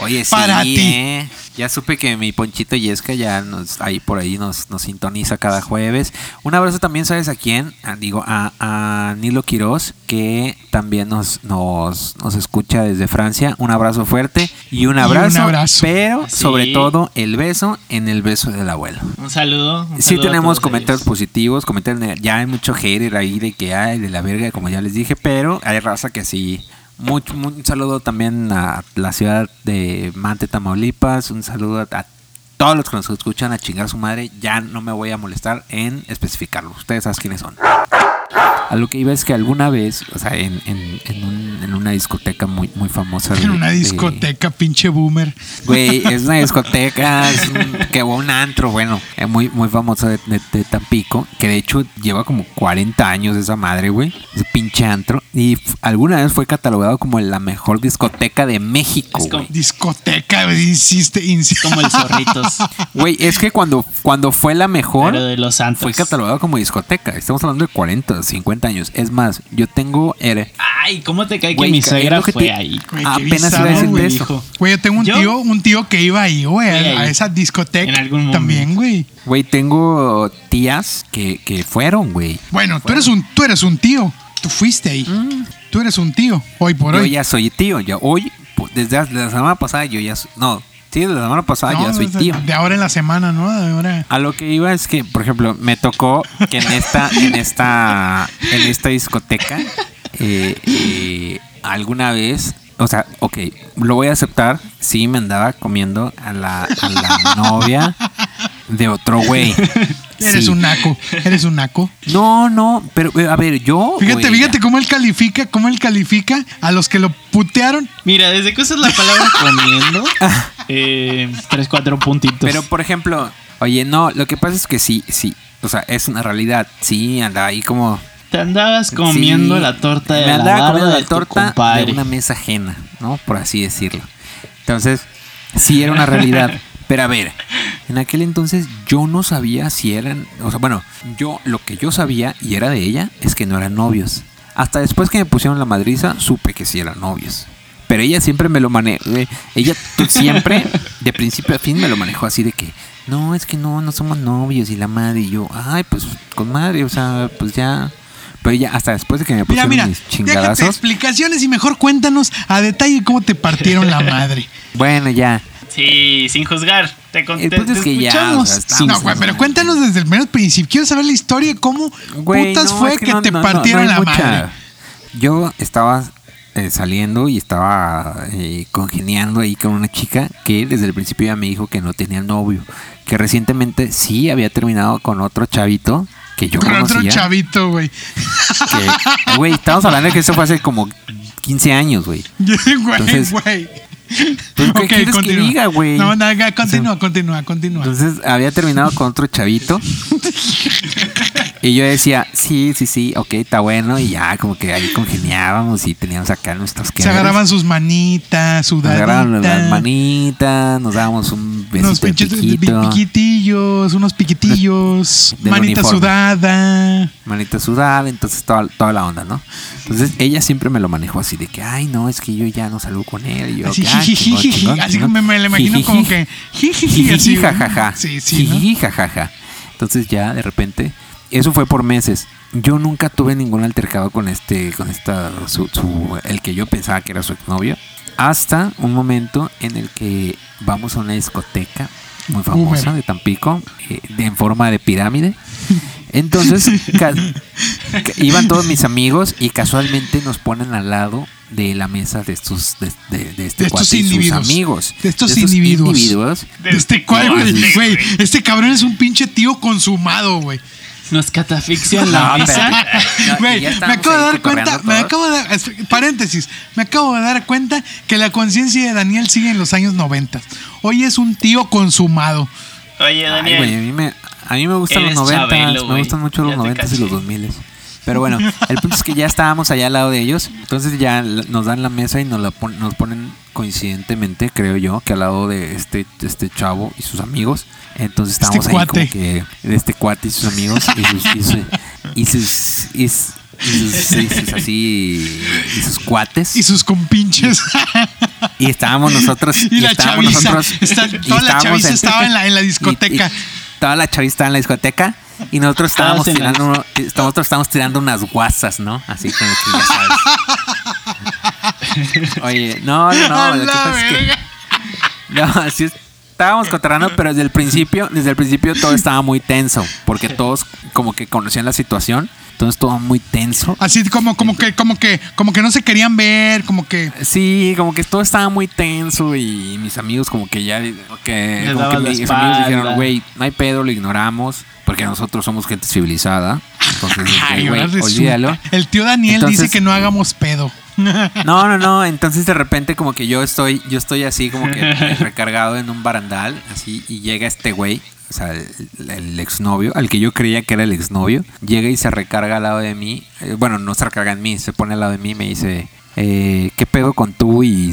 [SPEAKER 1] Oye, sí,
[SPEAKER 6] Para ti.
[SPEAKER 1] eh. Ya supe que mi Ponchito Yesca ya nos, ahí por ahí nos, nos sintoniza cada jueves. Un abrazo también, ¿sabes a quién? A- digo, a, a Nilo Quiroz, que también nos, nos, nos escucha desde Francia. Un abrazo fuerte y un
[SPEAKER 6] un
[SPEAKER 1] abrazo.
[SPEAKER 6] abrazo.
[SPEAKER 1] Pero
[SPEAKER 7] Sí.
[SPEAKER 1] sobre todo el beso en el beso del abuelo.
[SPEAKER 7] Un saludo. un
[SPEAKER 1] Sí
[SPEAKER 7] saludo a
[SPEAKER 1] tenemos
[SPEAKER 7] todos
[SPEAKER 1] comentarios pues.
[SPEAKER 7] ellos.
[SPEAKER 1] positivos, comentarios neg- ya hay mucho hater ahí de que hay de la verga, como ya les dije, pero hay raza que sí. Mucho, mu- un saludo también a la ciudad de Mante, Tamaulipas, un saludo a, a todos los que nos escuchan a chingar a su madre, ya no me voy a molestar en especificarlo, ustedes saben quiénes son. A lo que iba es que alguna vez, o sea, en, en- en un- en una discoteca muy, muy famosa. de-
[SPEAKER 6] En una
[SPEAKER 1] de-
[SPEAKER 6] discoteca, pinche boomer.
[SPEAKER 1] Güey, es una discoteca, es un, que un antro, bueno, es muy, muy famoso de, de- de Tampico, que de hecho lleva como 40 años esa madre, güey, ese pinche antro, y f- alguna vez fue catalogado como la mejor discoteca de México,
[SPEAKER 7] Es como-
[SPEAKER 1] güey.
[SPEAKER 6] Discoteca, güey, insiste, insiste.
[SPEAKER 7] Como el zorritos.
[SPEAKER 1] Güey, es que cuando, cuando fue la mejor,
[SPEAKER 7] pero de los santos.
[SPEAKER 1] fue catalogado como discoteca, estamos hablando de 40, 50 años, es más, yo tengo... er-
[SPEAKER 7] Ay, ¿cómo te cae
[SPEAKER 1] Güey,
[SPEAKER 7] que mi
[SPEAKER 1] es lo
[SPEAKER 7] suegra
[SPEAKER 1] que
[SPEAKER 7] fue
[SPEAKER 1] te-
[SPEAKER 7] ahí?
[SPEAKER 6] Güey, qué
[SPEAKER 1] apenas iba a
[SPEAKER 6] bizarro,
[SPEAKER 1] decir
[SPEAKER 6] güey,
[SPEAKER 1] de eso.
[SPEAKER 7] hijo.
[SPEAKER 6] Güey, yo tengo un
[SPEAKER 7] Yo-
[SPEAKER 6] tío, un tío que iba ahí, güey,
[SPEAKER 7] Güey,
[SPEAKER 6] a, a
[SPEAKER 7] ahí.
[SPEAKER 6] esa discoteca.
[SPEAKER 7] En algún
[SPEAKER 6] también, güey.
[SPEAKER 1] Güey, tengo tías que, que fueron, güey.
[SPEAKER 6] Bueno, tú eres un, tú eres un tío. Tú fuiste ahí. Tú eres un tío, hoy por
[SPEAKER 1] Mm. yo
[SPEAKER 6] hoy.
[SPEAKER 1] ya soy tío, ya hoy, pues, desde la la semana pasada yo ya soy, no, Sí, de la semana pasada
[SPEAKER 6] No,
[SPEAKER 1] ya soy
[SPEAKER 6] de-
[SPEAKER 1] tío.
[SPEAKER 6] De ahora en la semana, ¿no? De ahora.
[SPEAKER 1] A lo que iba es que, por ejemplo, me tocó que en esta, en esta, en esta discoteca, eh, eh, alguna vez, o sea, ok, lo voy a aceptar, sí me andaba comiendo a la, a la novia de otro güey.
[SPEAKER 6] Eres
[SPEAKER 1] Sí.
[SPEAKER 6] un naco. Eres un naco.
[SPEAKER 1] No, no, pero eh, a ver, yo. o
[SPEAKER 6] Fíjate,
[SPEAKER 1] ella.
[SPEAKER 6] fíjate cómo él califica, cómo él califica a los que lo putearon.
[SPEAKER 7] Mira, desde que usas la palabra comiendo, eh, tres, cuatro puntitos.
[SPEAKER 1] Pero por ejemplo, oye, no, lo que pasa es que sí, sí, o sea, es una realidad, sí, anda ahí como
[SPEAKER 7] te andabas comiendo
[SPEAKER 1] Sí,
[SPEAKER 7] la torta de
[SPEAKER 1] me
[SPEAKER 7] la
[SPEAKER 1] andaba
[SPEAKER 7] barba
[SPEAKER 1] comiendo
[SPEAKER 7] de
[SPEAKER 1] la
[SPEAKER 7] tu
[SPEAKER 1] torta
[SPEAKER 7] compadre.
[SPEAKER 1] de una mesa ajena, ¿no? Por así decirlo. Entonces, sí era una realidad. Pero a ver, en aquel entonces yo no sabía si eran, o sea, bueno, yo lo que yo sabía y era de ella es que no eran novios. Hasta después que me pusieron la madriza, supe que sí eran novios. Pero ella siempre me lo manejó, ella t- siempre, de principio a fin, me lo manejó así de que, no, es que no, no somos novios y la madre y yo, ay, pues con madre, o sea, pues ya. Pero ella, hasta después de que me
[SPEAKER 6] Mira,
[SPEAKER 1] pusieron
[SPEAKER 6] mira,
[SPEAKER 1] Pues mis
[SPEAKER 6] déjate
[SPEAKER 1] chingadazos,
[SPEAKER 6] explicaciones y mejor cuéntanos a detalle cómo te partieron la madre.
[SPEAKER 1] bueno, ya.
[SPEAKER 2] Sí, sin juzgar. Te
[SPEAKER 1] El
[SPEAKER 2] conté.
[SPEAKER 1] punto Eh, pues
[SPEAKER 2] te
[SPEAKER 1] es que ya. o
[SPEAKER 2] escuchamos.
[SPEAKER 1] sea, estamos-
[SPEAKER 6] no, güey, pero cuéntanos desde el primer principio. Quiero saber la historia, cómo
[SPEAKER 1] Güey,
[SPEAKER 6] putas
[SPEAKER 1] no,
[SPEAKER 6] fue
[SPEAKER 1] es
[SPEAKER 6] que,
[SPEAKER 1] no-
[SPEAKER 6] te
[SPEAKER 1] no- no-
[SPEAKER 6] partieron
[SPEAKER 1] no hay
[SPEAKER 6] la
[SPEAKER 1] mucha.
[SPEAKER 6] madre.
[SPEAKER 1] Yo estaba eh, saliendo y estaba eh, congeniando ahí con una chica que desde el principio ya me dijo que no tenía novio. Que recientemente sí había terminado con otro chavito que yo
[SPEAKER 6] Con otro
[SPEAKER 1] conocía.
[SPEAKER 6] chavito, güey.
[SPEAKER 1] que- Güey, estamos hablando de que eso fue hace como 15 años, güey.
[SPEAKER 6] Güey,
[SPEAKER 1] Entonces,
[SPEAKER 6] güey.
[SPEAKER 1] pues, ¿qué
[SPEAKER 6] Ok,
[SPEAKER 1] quieres que
[SPEAKER 6] continúa.
[SPEAKER 1] diga, güey?
[SPEAKER 6] No, no, ya, continúa, continúa, continúa.
[SPEAKER 1] Entonces había terminado con otro chavito. Y yo decía, sí, sí, sí, ok, está bueno. Y ya, como que ahí congeniábamos y teníamos acá nuestros que
[SPEAKER 6] Se agarraban sus manitas,
[SPEAKER 1] nos
[SPEAKER 6] sudaditas.
[SPEAKER 1] agarraban las manitas, nos dábamos un besito
[SPEAKER 6] Unos
[SPEAKER 1] de
[SPEAKER 6] pinches
[SPEAKER 1] piquito, Pues,
[SPEAKER 6] pi- piquitillos, unos piquitillos,
[SPEAKER 1] Del
[SPEAKER 6] manita
[SPEAKER 1] uniforme.
[SPEAKER 6] sudada.
[SPEAKER 1] manita sudada, entonces toda, toda la onda, ¿no? Entonces ella siempre me lo manejó así de que, ay, no, es que yo ya no salgo con él. Y yo,
[SPEAKER 6] Así,
[SPEAKER 1] "Ah,
[SPEAKER 6] jiji,
[SPEAKER 1] chingón,
[SPEAKER 6] jiji,
[SPEAKER 1] chingón,
[SPEAKER 6] así
[SPEAKER 1] chingón".
[SPEAKER 6] me, me la imagino
[SPEAKER 1] Jiji,
[SPEAKER 6] como que jiji, así.
[SPEAKER 1] Jijiji, jajaja.
[SPEAKER 6] Sí, sí, ¿no?
[SPEAKER 1] Jijiji, jajaja. Entonces ya de repente, eso fue por meses. Yo nunca tuve ningún altercado con este, con esta, su, su- el que yo pensaba que era su exnovio. Hasta un momento en el que vamos a una discoteca muy famosa
[SPEAKER 6] Boomer.
[SPEAKER 1] de Tampico, eh, de- en forma de pirámide. Entonces ca- ca- iban todos mis amigos y casualmente nos ponen al lado de la mesa de estos de, de- de este
[SPEAKER 6] De estos
[SPEAKER 1] cuate y sus
[SPEAKER 6] individuos.
[SPEAKER 1] amigos
[SPEAKER 6] De estos individuos.
[SPEAKER 1] individuos
[SPEAKER 6] De este cuadro,
[SPEAKER 2] No, sí,
[SPEAKER 6] güey. Este cabrón es un pinche tío consumado, güey.
[SPEAKER 7] Nos catafixian la
[SPEAKER 1] No,
[SPEAKER 7] mesa.
[SPEAKER 1] pero- no, y
[SPEAKER 6] Güey,
[SPEAKER 1] ya
[SPEAKER 6] me
[SPEAKER 1] estábamos
[SPEAKER 6] acabo de
[SPEAKER 1] ahí
[SPEAKER 6] dar cuenta,
[SPEAKER 1] cotorreando
[SPEAKER 6] me
[SPEAKER 1] todos.
[SPEAKER 6] acabo de dar, es- paréntesis, me acabo de dar cuenta que la conciencia de Daniel sigue en los años 90. Hoy es un tío consumado.
[SPEAKER 2] Oye,
[SPEAKER 1] Ay,
[SPEAKER 2] Daniel.
[SPEAKER 1] güey, a mí me, a mí me gustan los
[SPEAKER 2] Eres
[SPEAKER 1] 90,
[SPEAKER 2] Chabelo,
[SPEAKER 1] me
[SPEAKER 2] güey.
[SPEAKER 1] gustan mucho los
[SPEAKER 2] Ya te
[SPEAKER 1] 90 y
[SPEAKER 2] caché.
[SPEAKER 1] los 2000. Pero bueno, el punto es que ya estábamos allá al lado de ellos, entonces ya l- nos dan la mesa y nos, la pon- nos ponen coincidentemente, creo yo, que al lado de este, este chavo y sus amigos. Entonces
[SPEAKER 6] Este
[SPEAKER 1] estábamos ahí
[SPEAKER 6] cuate.
[SPEAKER 1] como que de este cuate y sus amigos y sus, y sus, y sus, y sus- y sus- y sus así y sus cuates
[SPEAKER 6] Y sus compinches.
[SPEAKER 1] y estábamos nosotros
[SPEAKER 6] y la
[SPEAKER 1] estábamos
[SPEAKER 6] chaviza.
[SPEAKER 1] nosotros,
[SPEAKER 6] Está-
[SPEAKER 1] y
[SPEAKER 6] toda la
[SPEAKER 1] estábamos
[SPEAKER 6] chaviza estaba en la, en la discoteca.
[SPEAKER 1] y- y toda la chaviza estaba en la discoteca y nosotros estábamos
[SPEAKER 7] Todos en la-
[SPEAKER 1] tirando, uno- est- nosotros estábamos tirando unas guasas, ¿no? Así como que ya sabes. Oye, no, no,
[SPEAKER 6] A
[SPEAKER 1] no, lo que
[SPEAKER 6] la
[SPEAKER 1] pasa es que-
[SPEAKER 6] verga.
[SPEAKER 1] no, así es- Estábamos cotorrando, pero desde el principio, desde el principio todo estaba muy tenso, porque todos como que conocían la situación, entonces todo muy tenso.
[SPEAKER 6] Así como, como que, como que, como que no se querían ver, como que.
[SPEAKER 1] Sí, como que todo estaba muy tenso y mis amigos como que ya como que,
[SPEAKER 7] Les
[SPEAKER 1] como
[SPEAKER 7] daba
[SPEAKER 1] que
[SPEAKER 7] la
[SPEAKER 1] mis
[SPEAKER 7] espalda.
[SPEAKER 1] amigos dijeron, güey, no hay pedo, lo ignoramos, porque nosotros somos gente civilizada. Entonces,
[SPEAKER 6] Ay,
[SPEAKER 1] güey,
[SPEAKER 6] ahora resulta.
[SPEAKER 1] olvídalo.
[SPEAKER 6] El tío Daniel dice
[SPEAKER 1] Entonces-
[SPEAKER 6] que no hagamos pedo.
[SPEAKER 1] No, no, no. Entonces de repente como que yo estoy, yo estoy así como que recargado en un barandal, así, y llega este güey, o sea, el, el exnovio, al que yo creía que era el exnovio, llega y se recarga al lado de mí. Eh, bueno, no se recarga en mí, se pone al lado de mí y me dice, eh, ¿qué pedo con tú y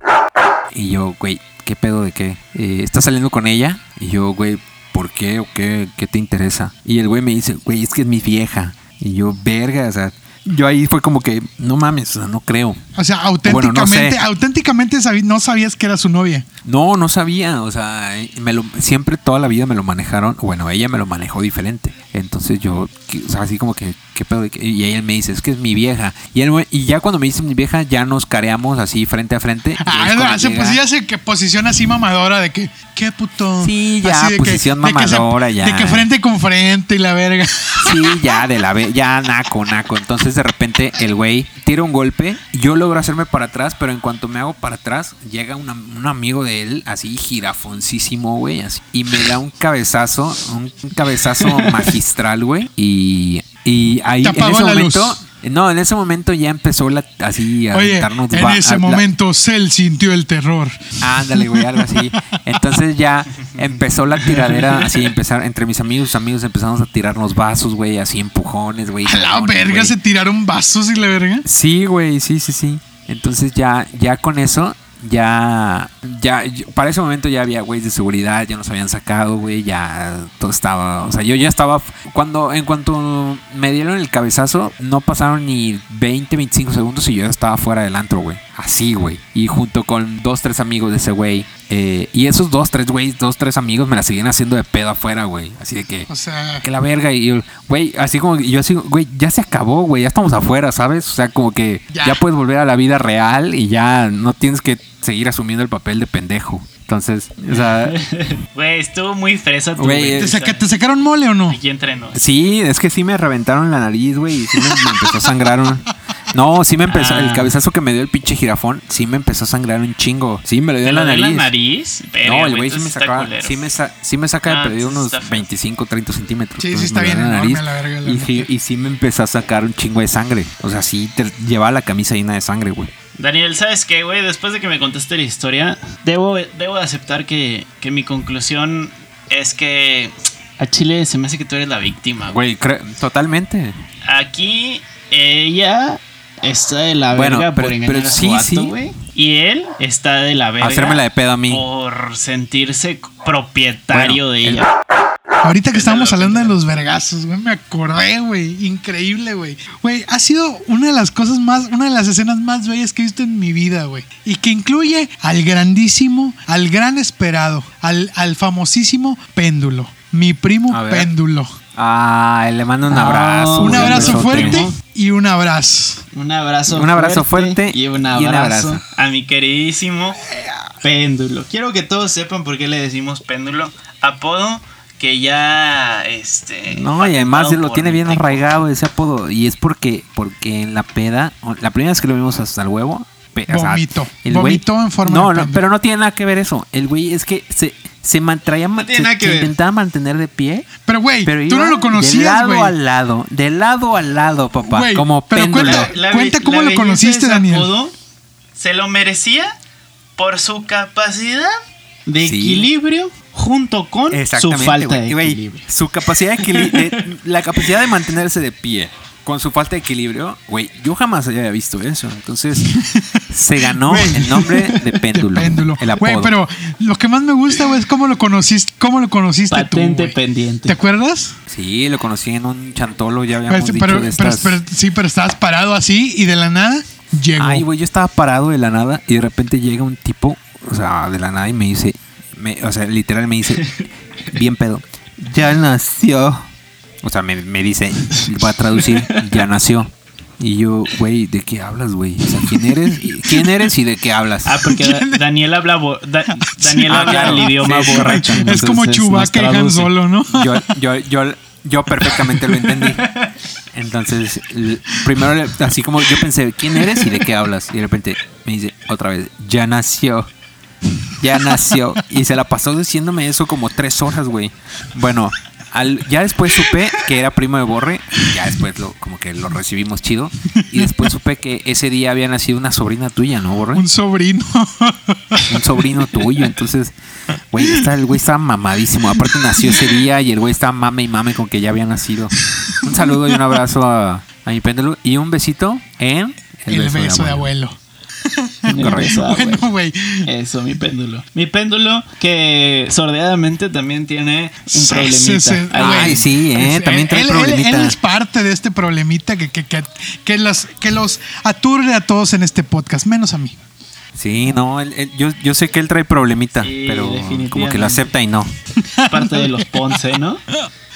[SPEAKER 1] y yo, güey, ¿qué pedo de qué? Eh, ¿Estás saliendo con ella? Y yo, güey, ¿por qué o qué? ¿Qué te interesa? Y el güey me dice, güey, es que es mi vieja. Y yo, verga, o sea, yo ahí fue como que, no mames, o sea, no creo.
[SPEAKER 6] O sea,
[SPEAKER 1] Bueno, no
[SPEAKER 6] auténticamente,
[SPEAKER 1] sé.
[SPEAKER 6] auténticamente sabi- no sabías que era su novia.
[SPEAKER 1] No, no sabía, o sea, eh, me lo- siempre toda la vida me lo manejaron, bueno, ella me lo manejó diferente. Entonces yo, que- o sea, así como que, ¿qué pedo? de qué? Y él me dice, es que es mi vieja. Y, él me- y ya cuando me dice mi vieja, ya nos careamos así frente a frente. y
[SPEAKER 6] Ah,
[SPEAKER 1] es
[SPEAKER 6] no,
[SPEAKER 1] cuando
[SPEAKER 6] hace,
[SPEAKER 1] llega-
[SPEAKER 6] pues ya se que posición así mamadora de que, qué puto.
[SPEAKER 1] Sí, ya,
[SPEAKER 6] Así de
[SPEAKER 1] posición
[SPEAKER 6] de se-
[SPEAKER 1] mamadora, ya.
[SPEAKER 6] De que frente con frente y la verga.
[SPEAKER 1] Sí, ya de la vez, ya naco, naco. Entonces de repente el güey tira un golpe, yo logro hacerme para atrás, pero en cuanto me hago para atrás, llega una- un amigo de él, así girafoncísimo, güey, así, y me da un cabezazo, un, un cabezazo magistral, güey, y, y ahí
[SPEAKER 6] Te
[SPEAKER 1] en
[SPEAKER 6] apagó
[SPEAKER 1] ese
[SPEAKER 6] la luz.
[SPEAKER 1] momento... No, en ese momento ya empezó la, así a
[SPEAKER 6] Oye,
[SPEAKER 1] aventarnos
[SPEAKER 6] en
[SPEAKER 1] ba-
[SPEAKER 6] ese
[SPEAKER 1] a- la-
[SPEAKER 6] momento Cell sintió el terror.
[SPEAKER 1] Ándale, güey, algo así. Entonces ya empezó la tiradera, así empezar entre mis amigos, sus amigos empezamos a tirarnos vasos, güey, así empujones, güey.
[SPEAKER 6] A la
[SPEAKER 1] jalones,
[SPEAKER 6] verga
[SPEAKER 1] güey.
[SPEAKER 6] se tiraron vasos y la verga.
[SPEAKER 1] Sí, güey, sí, sí, sí. Entonces ya ya con eso ya ya yo- para ese momento ya había güeyes de seguridad, ya nos habían sacado, güey, ya todo estaba, o sea, yo ya estaba cuando en cuanto me dieron el cabezazo, no pasaron ni 20, 25 segundos y yo ya estaba fuera del antro, güey. Así, güey. Y junto con dos, tres amigos de ese güey. eh, y esos dos, tres güeyes, dos, tres amigos me la siguen haciendo de pedo afuera, güey. Así de que
[SPEAKER 6] O sea,
[SPEAKER 1] que la verga y yo, güey, así como que yo así, güey, ya se acabó, güey, ya estamos afuera, ¿sabes? O sea, como que
[SPEAKER 6] Ya.
[SPEAKER 1] ya. puedes volver a la vida real y ya no tienes que seguir asumiendo el papel de pendejo. Entonces, o sea,
[SPEAKER 2] Güey, estuvo muy fresa tu
[SPEAKER 1] Güey,
[SPEAKER 2] güey.
[SPEAKER 6] ¿te,
[SPEAKER 1] eh,
[SPEAKER 6] saca- ¿te sacaron mole o no?
[SPEAKER 2] Aquí entrenó.
[SPEAKER 1] sí, es que sí me reventaron la nariz, güey, y sí me, me empezó a sangrar. un- No, sí me empezó,
[SPEAKER 2] Ah.
[SPEAKER 1] el cabezazo que me dio el pinche jirafón, sí me empezó a sangrar un chingo. Sí, me lo dio
[SPEAKER 2] ¿Te
[SPEAKER 1] en la
[SPEAKER 2] lo dio en la
[SPEAKER 1] nariz.
[SPEAKER 2] nariz? Verga,
[SPEAKER 1] No, el güey sí me,
[SPEAKER 2] entonces está
[SPEAKER 1] saca,
[SPEAKER 2] culero.
[SPEAKER 1] sí, me sa- sí me saca
[SPEAKER 2] Ah,
[SPEAKER 1] de perdido
[SPEAKER 2] entonces
[SPEAKER 1] unos
[SPEAKER 2] está feo.
[SPEAKER 1] 25, 30 centímetros.
[SPEAKER 6] Sí, sí
[SPEAKER 1] Entonces
[SPEAKER 6] está
[SPEAKER 1] me
[SPEAKER 6] bien
[SPEAKER 1] da la
[SPEAKER 6] enorme la verga, la
[SPEAKER 1] y, sí,
[SPEAKER 6] neta.
[SPEAKER 1] y sí me empezó a sacar un chingo de sangre. O sea, sí te llevaba la camisa llena de sangre, güey.
[SPEAKER 2] Daniel, ¿sabes qué, güey? Después de que me contaste la historia, debo, debo de aceptar que, que mi conclusión es que a Chile se me hace que tú eres la víctima, güey.
[SPEAKER 1] Güey, cre- totalmente.
[SPEAKER 2] Aquí ella
[SPEAKER 7] Está de la
[SPEAKER 1] Bueno,
[SPEAKER 7] verga
[SPEAKER 1] pero-
[SPEAKER 7] por engañar
[SPEAKER 1] pero
[SPEAKER 7] a su
[SPEAKER 1] sí,
[SPEAKER 7] vato,
[SPEAKER 1] sí.
[SPEAKER 7] güey.
[SPEAKER 2] y él está de la verga.
[SPEAKER 1] Hacérmela de pedo a mí.
[SPEAKER 2] Por sentirse propietario
[SPEAKER 1] Bueno,
[SPEAKER 2] de
[SPEAKER 1] el-
[SPEAKER 2] ella.
[SPEAKER 6] Ahorita que estábamos hablando de los vergazos, güey, me acordé, güey. Increíble, güey. Güey, ha sido una de las cosas más, una de las escenas más bellas que he visto en mi vida, güey. Y que incluye al grandísimo, al gran esperado, al, al famosísimo péndulo. Mi primo
[SPEAKER 1] A ver.
[SPEAKER 6] péndulo.
[SPEAKER 1] Ah, le mando un
[SPEAKER 7] Ah,
[SPEAKER 1] abrazo.
[SPEAKER 6] Un
[SPEAKER 1] güey,
[SPEAKER 6] abrazo
[SPEAKER 1] besote.
[SPEAKER 6] fuerte y un abrazo.
[SPEAKER 7] Un abrazo
[SPEAKER 1] Un abrazo fuerte
[SPEAKER 7] y un
[SPEAKER 1] y un
[SPEAKER 7] abrazo,
[SPEAKER 1] abrazo.
[SPEAKER 2] A mi queridísimo
[SPEAKER 7] péndulo.
[SPEAKER 2] Quiero que todos sepan por qué le decimos péndulo. Apodo que ya este.
[SPEAKER 1] No, y además
[SPEAKER 2] patentado
[SPEAKER 1] lo
[SPEAKER 2] por
[SPEAKER 1] tiene bien
[SPEAKER 2] Nintendo.
[SPEAKER 1] arraigado ese apodo. Y es porque, porque en la peda, o- la primera vez que lo vimos hasta el huevo, pe- o sea,
[SPEAKER 6] Vomitó.
[SPEAKER 1] el güey-
[SPEAKER 6] Vomitó en forma
[SPEAKER 1] no,
[SPEAKER 6] de
[SPEAKER 1] no,
[SPEAKER 6] pene.
[SPEAKER 1] pero no tiene nada que ver eso. El güey es que se, se mantraía,
[SPEAKER 7] tiene
[SPEAKER 1] se-
[SPEAKER 7] nada que
[SPEAKER 1] se
[SPEAKER 7] ver.
[SPEAKER 1] intentaba mantener de pie.
[SPEAKER 6] Pero, güey,
[SPEAKER 1] Pero
[SPEAKER 6] tú
[SPEAKER 1] iba
[SPEAKER 6] no lo
[SPEAKER 1] De
[SPEAKER 6] conocías,
[SPEAKER 1] lado
[SPEAKER 6] güey.
[SPEAKER 1] al lado, de lado al lado, papá.
[SPEAKER 6] Güey,
[SPEAKER 1] como
[SPEAKER 6] pero
[SPEAKER 1] péndulo.
[SPEAKER 6] cuenta-
[SPEAKER 2] La- la
[SPEAKER 6] Cuenta
[SPEAKER 2] be-
[SPEAKER 6] cómo
[SPEAKER 2] la
[SPEAKER 6] lo
[SPEAKER 2] belleza
[SPEAKER 6] conociste,
[SPEAKER 2] de ese
[SPEAKER 6] Daniel.
[SPEAKER 2] apodo se lo merecía por su capacidad
[SPEAKER 7] De
[SPEAKER 1] Sí.
[SPEAKER 7] equilibrio junto con su
[SPEAKER 1] Exactamente,
[SPEAKER 7] falta
[SPEAKER 1] güey.
[SPEAKER 7] de
[SPEAKER 1] Güey,
[SPEAKER 7] equilibrio.
[SPEAKER 1] Su capacidad de equilibrio, la capacidad de mantenerse de pie con su falta de equilibrio, güey, yo jamás había visto eso. Entonces, se ganó
[SPEAKER 6] Güey.
[SPEAKER 1] el nombre de
[SPEAKER 6] De
[SPEAKER 1] péndulo. El apodo.
[SPEAKER 6] Güey, pero lo que más me gusta, güey, es cómo lo conociste, cómo lo conociste tú,
[SPEAKER 7] Patente
[SPEAKER 6] güey.
[SPEAKER 7] pendiente.
[SPEAKER 6] ¿Te acuerdas?
[SPEAKER 1] Sí, lo conocí en un chantolo, ya habíamos
[SPEAKER 6] Pero-
[SPEAKER 1] dicho
[SPEAKER 6] pero,
[SPEAKER 1] de
[SPEAKER 6] pero-
[SPEAKER 1] estas.
[SPEAKER 6] pero- sí, pero estabas parado así y de la nada llegó.
[SPEAKER 1] Ay, güey, yo estaba parado de la nada y de repente llega un tipo, o sea, de la nada y me dice, me- o sea, literal me dice, bien pedo, ya nació. O sea, me, me dice, va a traducir, ya nació. Y yo, güey, ¿de qué hablas, güey? O sea, ¿quién eres? Y- ¿Quién eres y de qué hablas?
[SPEAKER 2] Ah, porque Da- Daniel habla, bo- Da- Daniel
[SPEAKER 1] Ah,
[SPEAKER 2] habla
[SPEAKER 1] claro.
[SPEAKER 2] el idioma
[SPEAKER 1] Sí, sí,
[SPEAKER 2] borracho.
[SPEAKER 1] sí.
[SPEAKER 6] es como
[SPEAKER 7] entonces nos
[SPEAKER 6] Chewbacca y Han
[SPEAKER 7] traduce.
[SPEAKER 6] Solo, ¿no?
[SPEAKER 1] Yo, yo, yo, yo perfectamente lo entendí. Entonces, l- primero, le- así como yo pensé, ¿quién eres y de qué hablas? Y de repente me dice otra vez, ya nació. Ya nació. Y se la pasó diciéndome eso como tres horas, güey. Bueno, al- ya después supe que era primo de Borre. y Ya después lo, como que lo recibimos chido. Y después supe que ese día había nacido una sobrina tuya, ¿no, Borre?
[SPEAKER 6] Un sobrino.
[SPEAKER 1] un sobrino tuyo. Entonces, güey, está, el güey estaba mamadísimo. Aparte nació ese día y el güey estaba mame y mame con que ya había nacido. Un saludo y un abrazo a, a mi péndulo. Y un besito en
[SPEAKER 6] El, beso, de abuelo.
[SPEAKER 7] Un
[SPEAKER 1] Correcto.
[SPEAKER 7] abrazo, güey.
[SPEAKER 6] Bueno, güey.
[SPEAKER 7] Eso, mi péndulo. Mi péndulo que sordeadamente también tiene un
[SPEAKER 6] Sí,
[SPEAKER 7] problemita.
[SPEAKER 6] sí, sí,
[SPEAKER 7] Ahí
[SPEAKER 1] Ay,
[SPEAKER 6] güey.
[SPEAKER 1] sí, eh,
[SPEAKER 6] Ese-
[SPEAKER 1] también trae
[SPEAKER 6] él, él-
[SPEAKER 1] problemita.
[SPEAKER 6] él es parte de este problemita que, que, que, que los, que los aturde a todos en este podcast, menos a mí.
[SPEAKER 1] Sí, no, él- él- yo, yo sé que él trae problemita,
[SPEAKER 2] Sí,
[SPEAKER 1] pero como que
[SPEAKER 2] definitivamente.
[SPEAKER 1] lo acepta y no.
[SPEAKER 2] Parte de los Ponce, ¿no?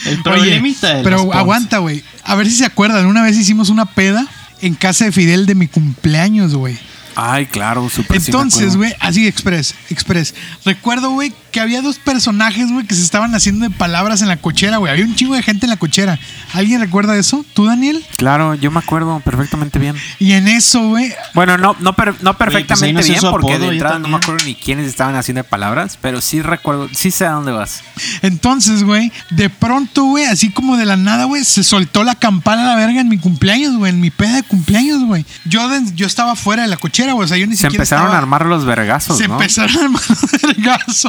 [SPEAKER 2] El problemita de los
[SPEAKER 6] pero
[SPEAKER 2] Ponce.
[SPEAKER 6] aguanta, güey. A ver si se acuerdan. Una vez hicimos una peda en casa de Fidel de mi cumpleaños, güey.
[SPEAKER 1] Ay, claro, súper Pues sí me
[SPEAKER 6] Entonces,
[SPEAKER 1] acuerdo.
[SPEAKER 6] güey, así express, express. Recuerdo, güey, que había dos personajes, güey, que se estaban haciendo de palabras en la cochera, güey. Había un chingo de gente en la cochera. ¿Alguien recuerda eso? ¿Tú, Daniel?
[SPEAKER 1] Claro, yo me acuerdo perfectamente bien.
[SPEAKER 6] Y en eso, güey,
[SPEAKER 1] Bueno, no, no, per- no
[SPEAKER 2] ahí
[SPEAKER 1] perfectamente
[SPEAKER 2] nació
[SPEAKER 1] bien,
[SPEAKER 2] su
[SPEAKER 1] porque
[SPEAKER 2] apodo,
[SPEAKER 1] de
[SPEAKER 2] yo
[SPEAKER 1] entrada no me
[SPEAKER 2] también.
[SPEAKER 1] acuerdo ni quiénes estaban haciendo de palabras, pero sí recuerdo, sí sé a dónde vas.
[SPEAKER 6] Entonces, güey, de pronto, güey, así como de la nada, güey, se soltó la campana a la verga en mi cumpleaños, güey, en mi peda de cumpleaños, güey. Yo, de- yo estaba fuera de la cochera, güey, o sea, yo ni
[SPEAKER 1] Se
[SPEAKER 6] siquiera
[SPEAKER 1] empezaron
[SPEAKER 6] estaba-
[SPEAKER 1] a armar los vergazos,
[SPEAKER 6] Se
[SPEAKER 1] ¿no?
[SPEAKER 6] empezaron a armar vergazos.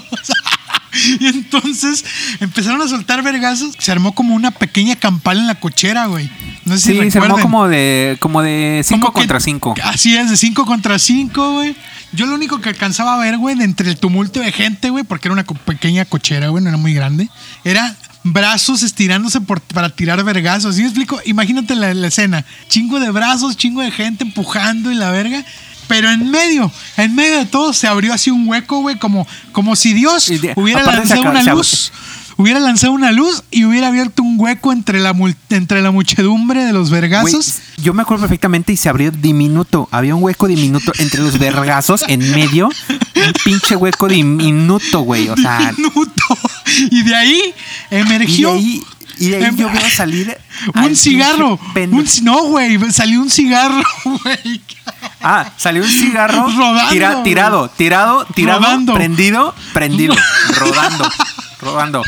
[SPEAKER 6] y entonces empezaron a soltar vergazos. Se armó como una pequeña campana en la cochera, güey. No sé si
[SPEAKER 1] Sí, se armó
[SPEAKER 6] recuerden.
[SPEAKER 1] como de como de 5
[SPEAKER 6] Como que-
[SPEAKER 1] contra 5.
[SPEAKER 6] Así es, de 5 contra 5, güey. Yo lo único que alcanzaba a ver, güey, de entre el tumulto de gente, güey, porque era una co- pequeña cochera, güey, no era muy grande, era brazos estirándose por- para tirar vergazos. ¿Sí me explico? Imagínate la, la escena. Chingo de brazos, chingo de gente empujando y la verga. Pero en medio, en medio de todo, se abrió así un hueco, güey, como, como si Dios
[SPEAKER 1] Y de-
[SPEAKER 6] hubiera
[SPEAKER 1] aparte se
[SPEAKER 6] lanzado
[SPEAKER 1] acaba-
[SPEAKER 6] una
[SPEAKER 1] se ab-
[SPEAKER 6] luz. Hubiera lanzado una luz y hubiera abierto un hueco entre la, mul- entre la muchedumbre de los
[SPEAKER 1] Güey,
[SPEAKER 6] vergazos.
[SPEAKER 1] yo me acuerdo perfectamente y se abrió diminuto. Había un hueco diminuto entre los vergazos en medio. Un pinche hueco diminuto, güey. O sea,
[SPEAKER 6] minuto. Y de ahí
[SPEAKER 1] y de
[SPEAKER 6] emergió
[SPEAKER 1] ahí, y de ahí
[SPEAKER 6] Em-
[SPEAKER 1] yo veo salir al
[SPEAKER 6] un
[SPEAKER 1] pinche
[SPEAKER 6] cigarro.
[SPEAKER 1] pende-
[SPEAKER 6] Un, ci- no, güey, salió un cigarro, güey.
[SPEAKER 1] Ah, salió un cigarro
[SPEAKER 6] Rodando,
[SPEAKER 1] tira-
[SPEAKER 6] güey.
[SPEAKER 1] tirado, tirado, tirado,
[SPEAKER 6] Rodando.
[SPEAKER 1] prendido, prendido, rodando, rodando.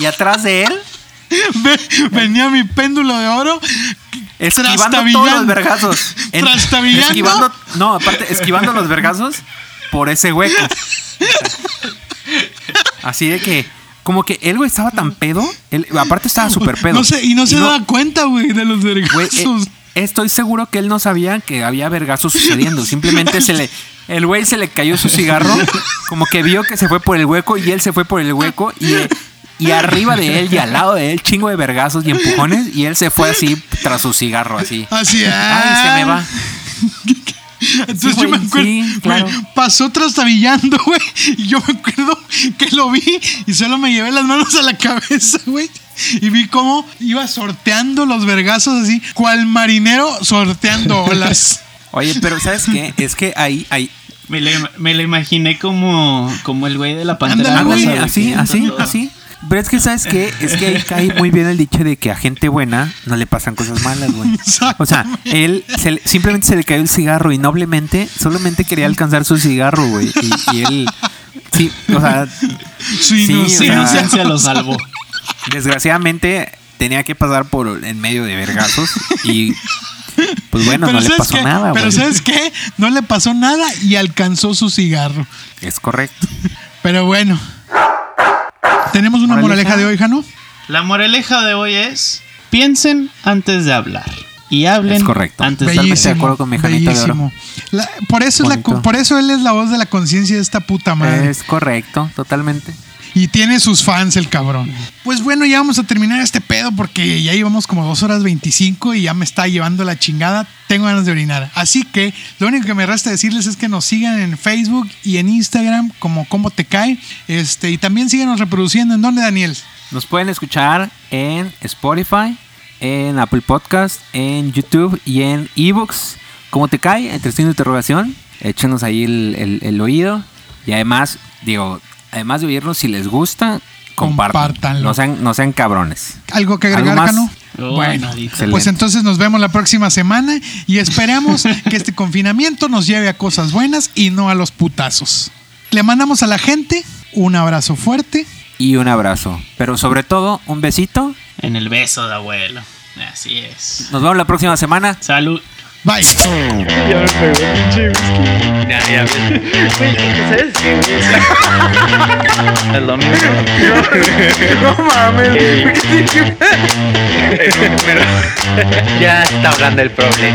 [SPEAKER 1] Y atrás de él,
[SPEAKER 6] Ve- Venía mi péndulo de oro.
[SPEAKER 1] esquivando todos
[SPEAKER 6] Trastabillando.
[SPEAKER 1] los vergazos. En-
[SPEAKER 6] Trastabillando.
[SPEAKER 1] Esquivando, no, aparte, esquivando los vergazos por ese hueco. Así de que, como que él, güey, estaba tan pedo. él- aparte, estaba súper pedo.
[SPEAKER 6] No sé, y no se
[SPEAKER 1] da
[SPEAKER 6] daba cuenta, güey, de los
[SPEAKER 1] Güey, eh,
[SPEAKER 6] vergazos.
[SPEAKER 1] estoy seguro que él no sabía que había vergazos sucediendo. Simplemente se le. El güey se le cayó su cigarro. Como que vio que se fue por el hueco y él se fue por el hueco. Y, eh, y arriba de él y al lado de él, chingo de vergazos y empujones. Y él se fue así tras su cigarro, así.
[SPEAKER 6] Así ah, es.
[SPEAKER 1] Ay, se me va.
[SPEAKER 6] Entonces
[SPEAKER 1] Sí,
[SPEAKER 6] yo me
[SPEAKER 1] güey,
[SPEAKER 6] acuerdo,
[SPEAKER 1] sí,
[SPEAKER 6] güey,
[SPEAKER 1] claro.
[SPEAKER 6] pasó trastabillando, güey, y yo me acuerdo que lo vi y solo me llevé las manos a la cabeza, güey, y vi cómo iba sorteando los vergazos así, cual marinero sorteando olas.
[SPEAKER 1] Oye, pero ¿sabes qué? Es que ahí, ahí.
[SPEAKER 2] Me lo, im- me lo imaginé como, como el güey de la pantera.
[SPEAKER 6] Ándale,
[SPEAKER 1] Ándale,
[SPEAKER 2] rosa, güey,
[SPEAKER 1] así,
[SPEAKER 2] que
[SPEAKER 1] así,
[SPEAKER 2] todo.
[SPEAKER 1] así. Pero es que, ¿sabes qué? Es que ahí cae muy bien el dicho de que a gente buena no le pasan cosas malas, güey. O sea, él se le- simplemente se le cayó el cigarro y noblemente, solamente quería alcanzar su cigarro, güey. Y, y él, sí, o sea,
[SPEAKER 6] su
[SPEAKER 1] sí, o
[SPEAKER 2] Su
[SPEAKER 1] sea,
[SPEAKER 2] inocencia lo salvó.
[SPEAKER 1] desgraciadamente tenía que pasar por en medio de vergazos y, pues bueno, no le
[SPEAKER 6] ¿sabes
[SPEAKER 1] pasó
[SPEAKER 6] qué?
[SPEAKER 1] nada,
[SPEAKER 6] Pero
[SPEAKER 1] güey.
[SPEAKER 6] ¿sabes qué? No le pasó nada y alcanzó su cigarro.
[SPEAKER 1] Es correcto.
[SPEAKER 6] Pero bueno. Tenemos una
[SPEAKER 1] Moraleja.
[SPEAKER 6] moraleja de hoy, Jano.
[SPEAKER 2] La moraleja de hoy es: piensen antes de hablar. Y hablen
[SPEAKER 1] Es correcto.
[SPEAKER 2] antes de hablar.
[SPEAKER 1] Totalmente de acuerdo con mi Janito de oro.
[SPEAKER 6] bellísimo. La- por, eso es la
[SPEAKER 1] Bonito.
[SPEAKER 6] co- por eso él es la voz de la conciencia de esta puta madre.
[SPEAKER 1] Es correcto, totalmente.
[SPEAKER 6] Y tiene sus fans el cabrón. Pues bueno, ya vamos a terminar este pedo porque ya llevamos como 2 horas 25 y ya me está llevando la chingada. Tengo ganas de orinar. Así que lo único que me resta decirles es que nos sigan en Facebook y en Instagram como Cómo Te Cae. Este, y también síganos reproduciendo. ¿En dónde, Daniel?
[SPEAKER 1] Nos pueden escuchar en Spotify, en Apple Podcast, en YouTube y en ebooks. ¿Cómo te cae? Entre signo de interrogación. Échenos ahí el, el- el oído. Y además, digo, además de oírnos, si les gusta, compartan.
[SPEAKER 6] Compártanlo.
[SPEAKER 1] No sean, no sean cabrones.
[SPEAKER 6] ¿Algo que agregar,
[SPEAKER 1] ¿Algo más?
[SPEAKER 6] Cano?
[SPEAKER 2] Oh,
[SPEAKER 6] bueno,
[SPEAKER 2] nadie.
[SPEAKER 6] pues
[SPEAKER 1] Excelente.
[SPEAKER 6] entonces nos vemos la próxima semana y esperamos que este confinamiento nos lleve a cosas buenas y no a los putazos. Le mandamos a la gente un abrazo fuerte.
[SPEAKER 1] Y un abrazo. Pero sobre todo, un besito.
[SPEAKER 2] En el beso de abuelo. Así es.
[SPEAKER 1] Nos vemos la próxima semana.
[SPEAKER 2] Salud.
[SPEAKER 6] Bye.
[SPEAKER 4] Ya me pegó el pinche whisky.
[SPEAKER 5] Ya, ya ves. Güey, ¿sabes qué, güey? Es lo mismo.
[SPEAKER 4] No mames. ¿Qué te-
[SPEAKER 5] Pero ya está hablando el problemita.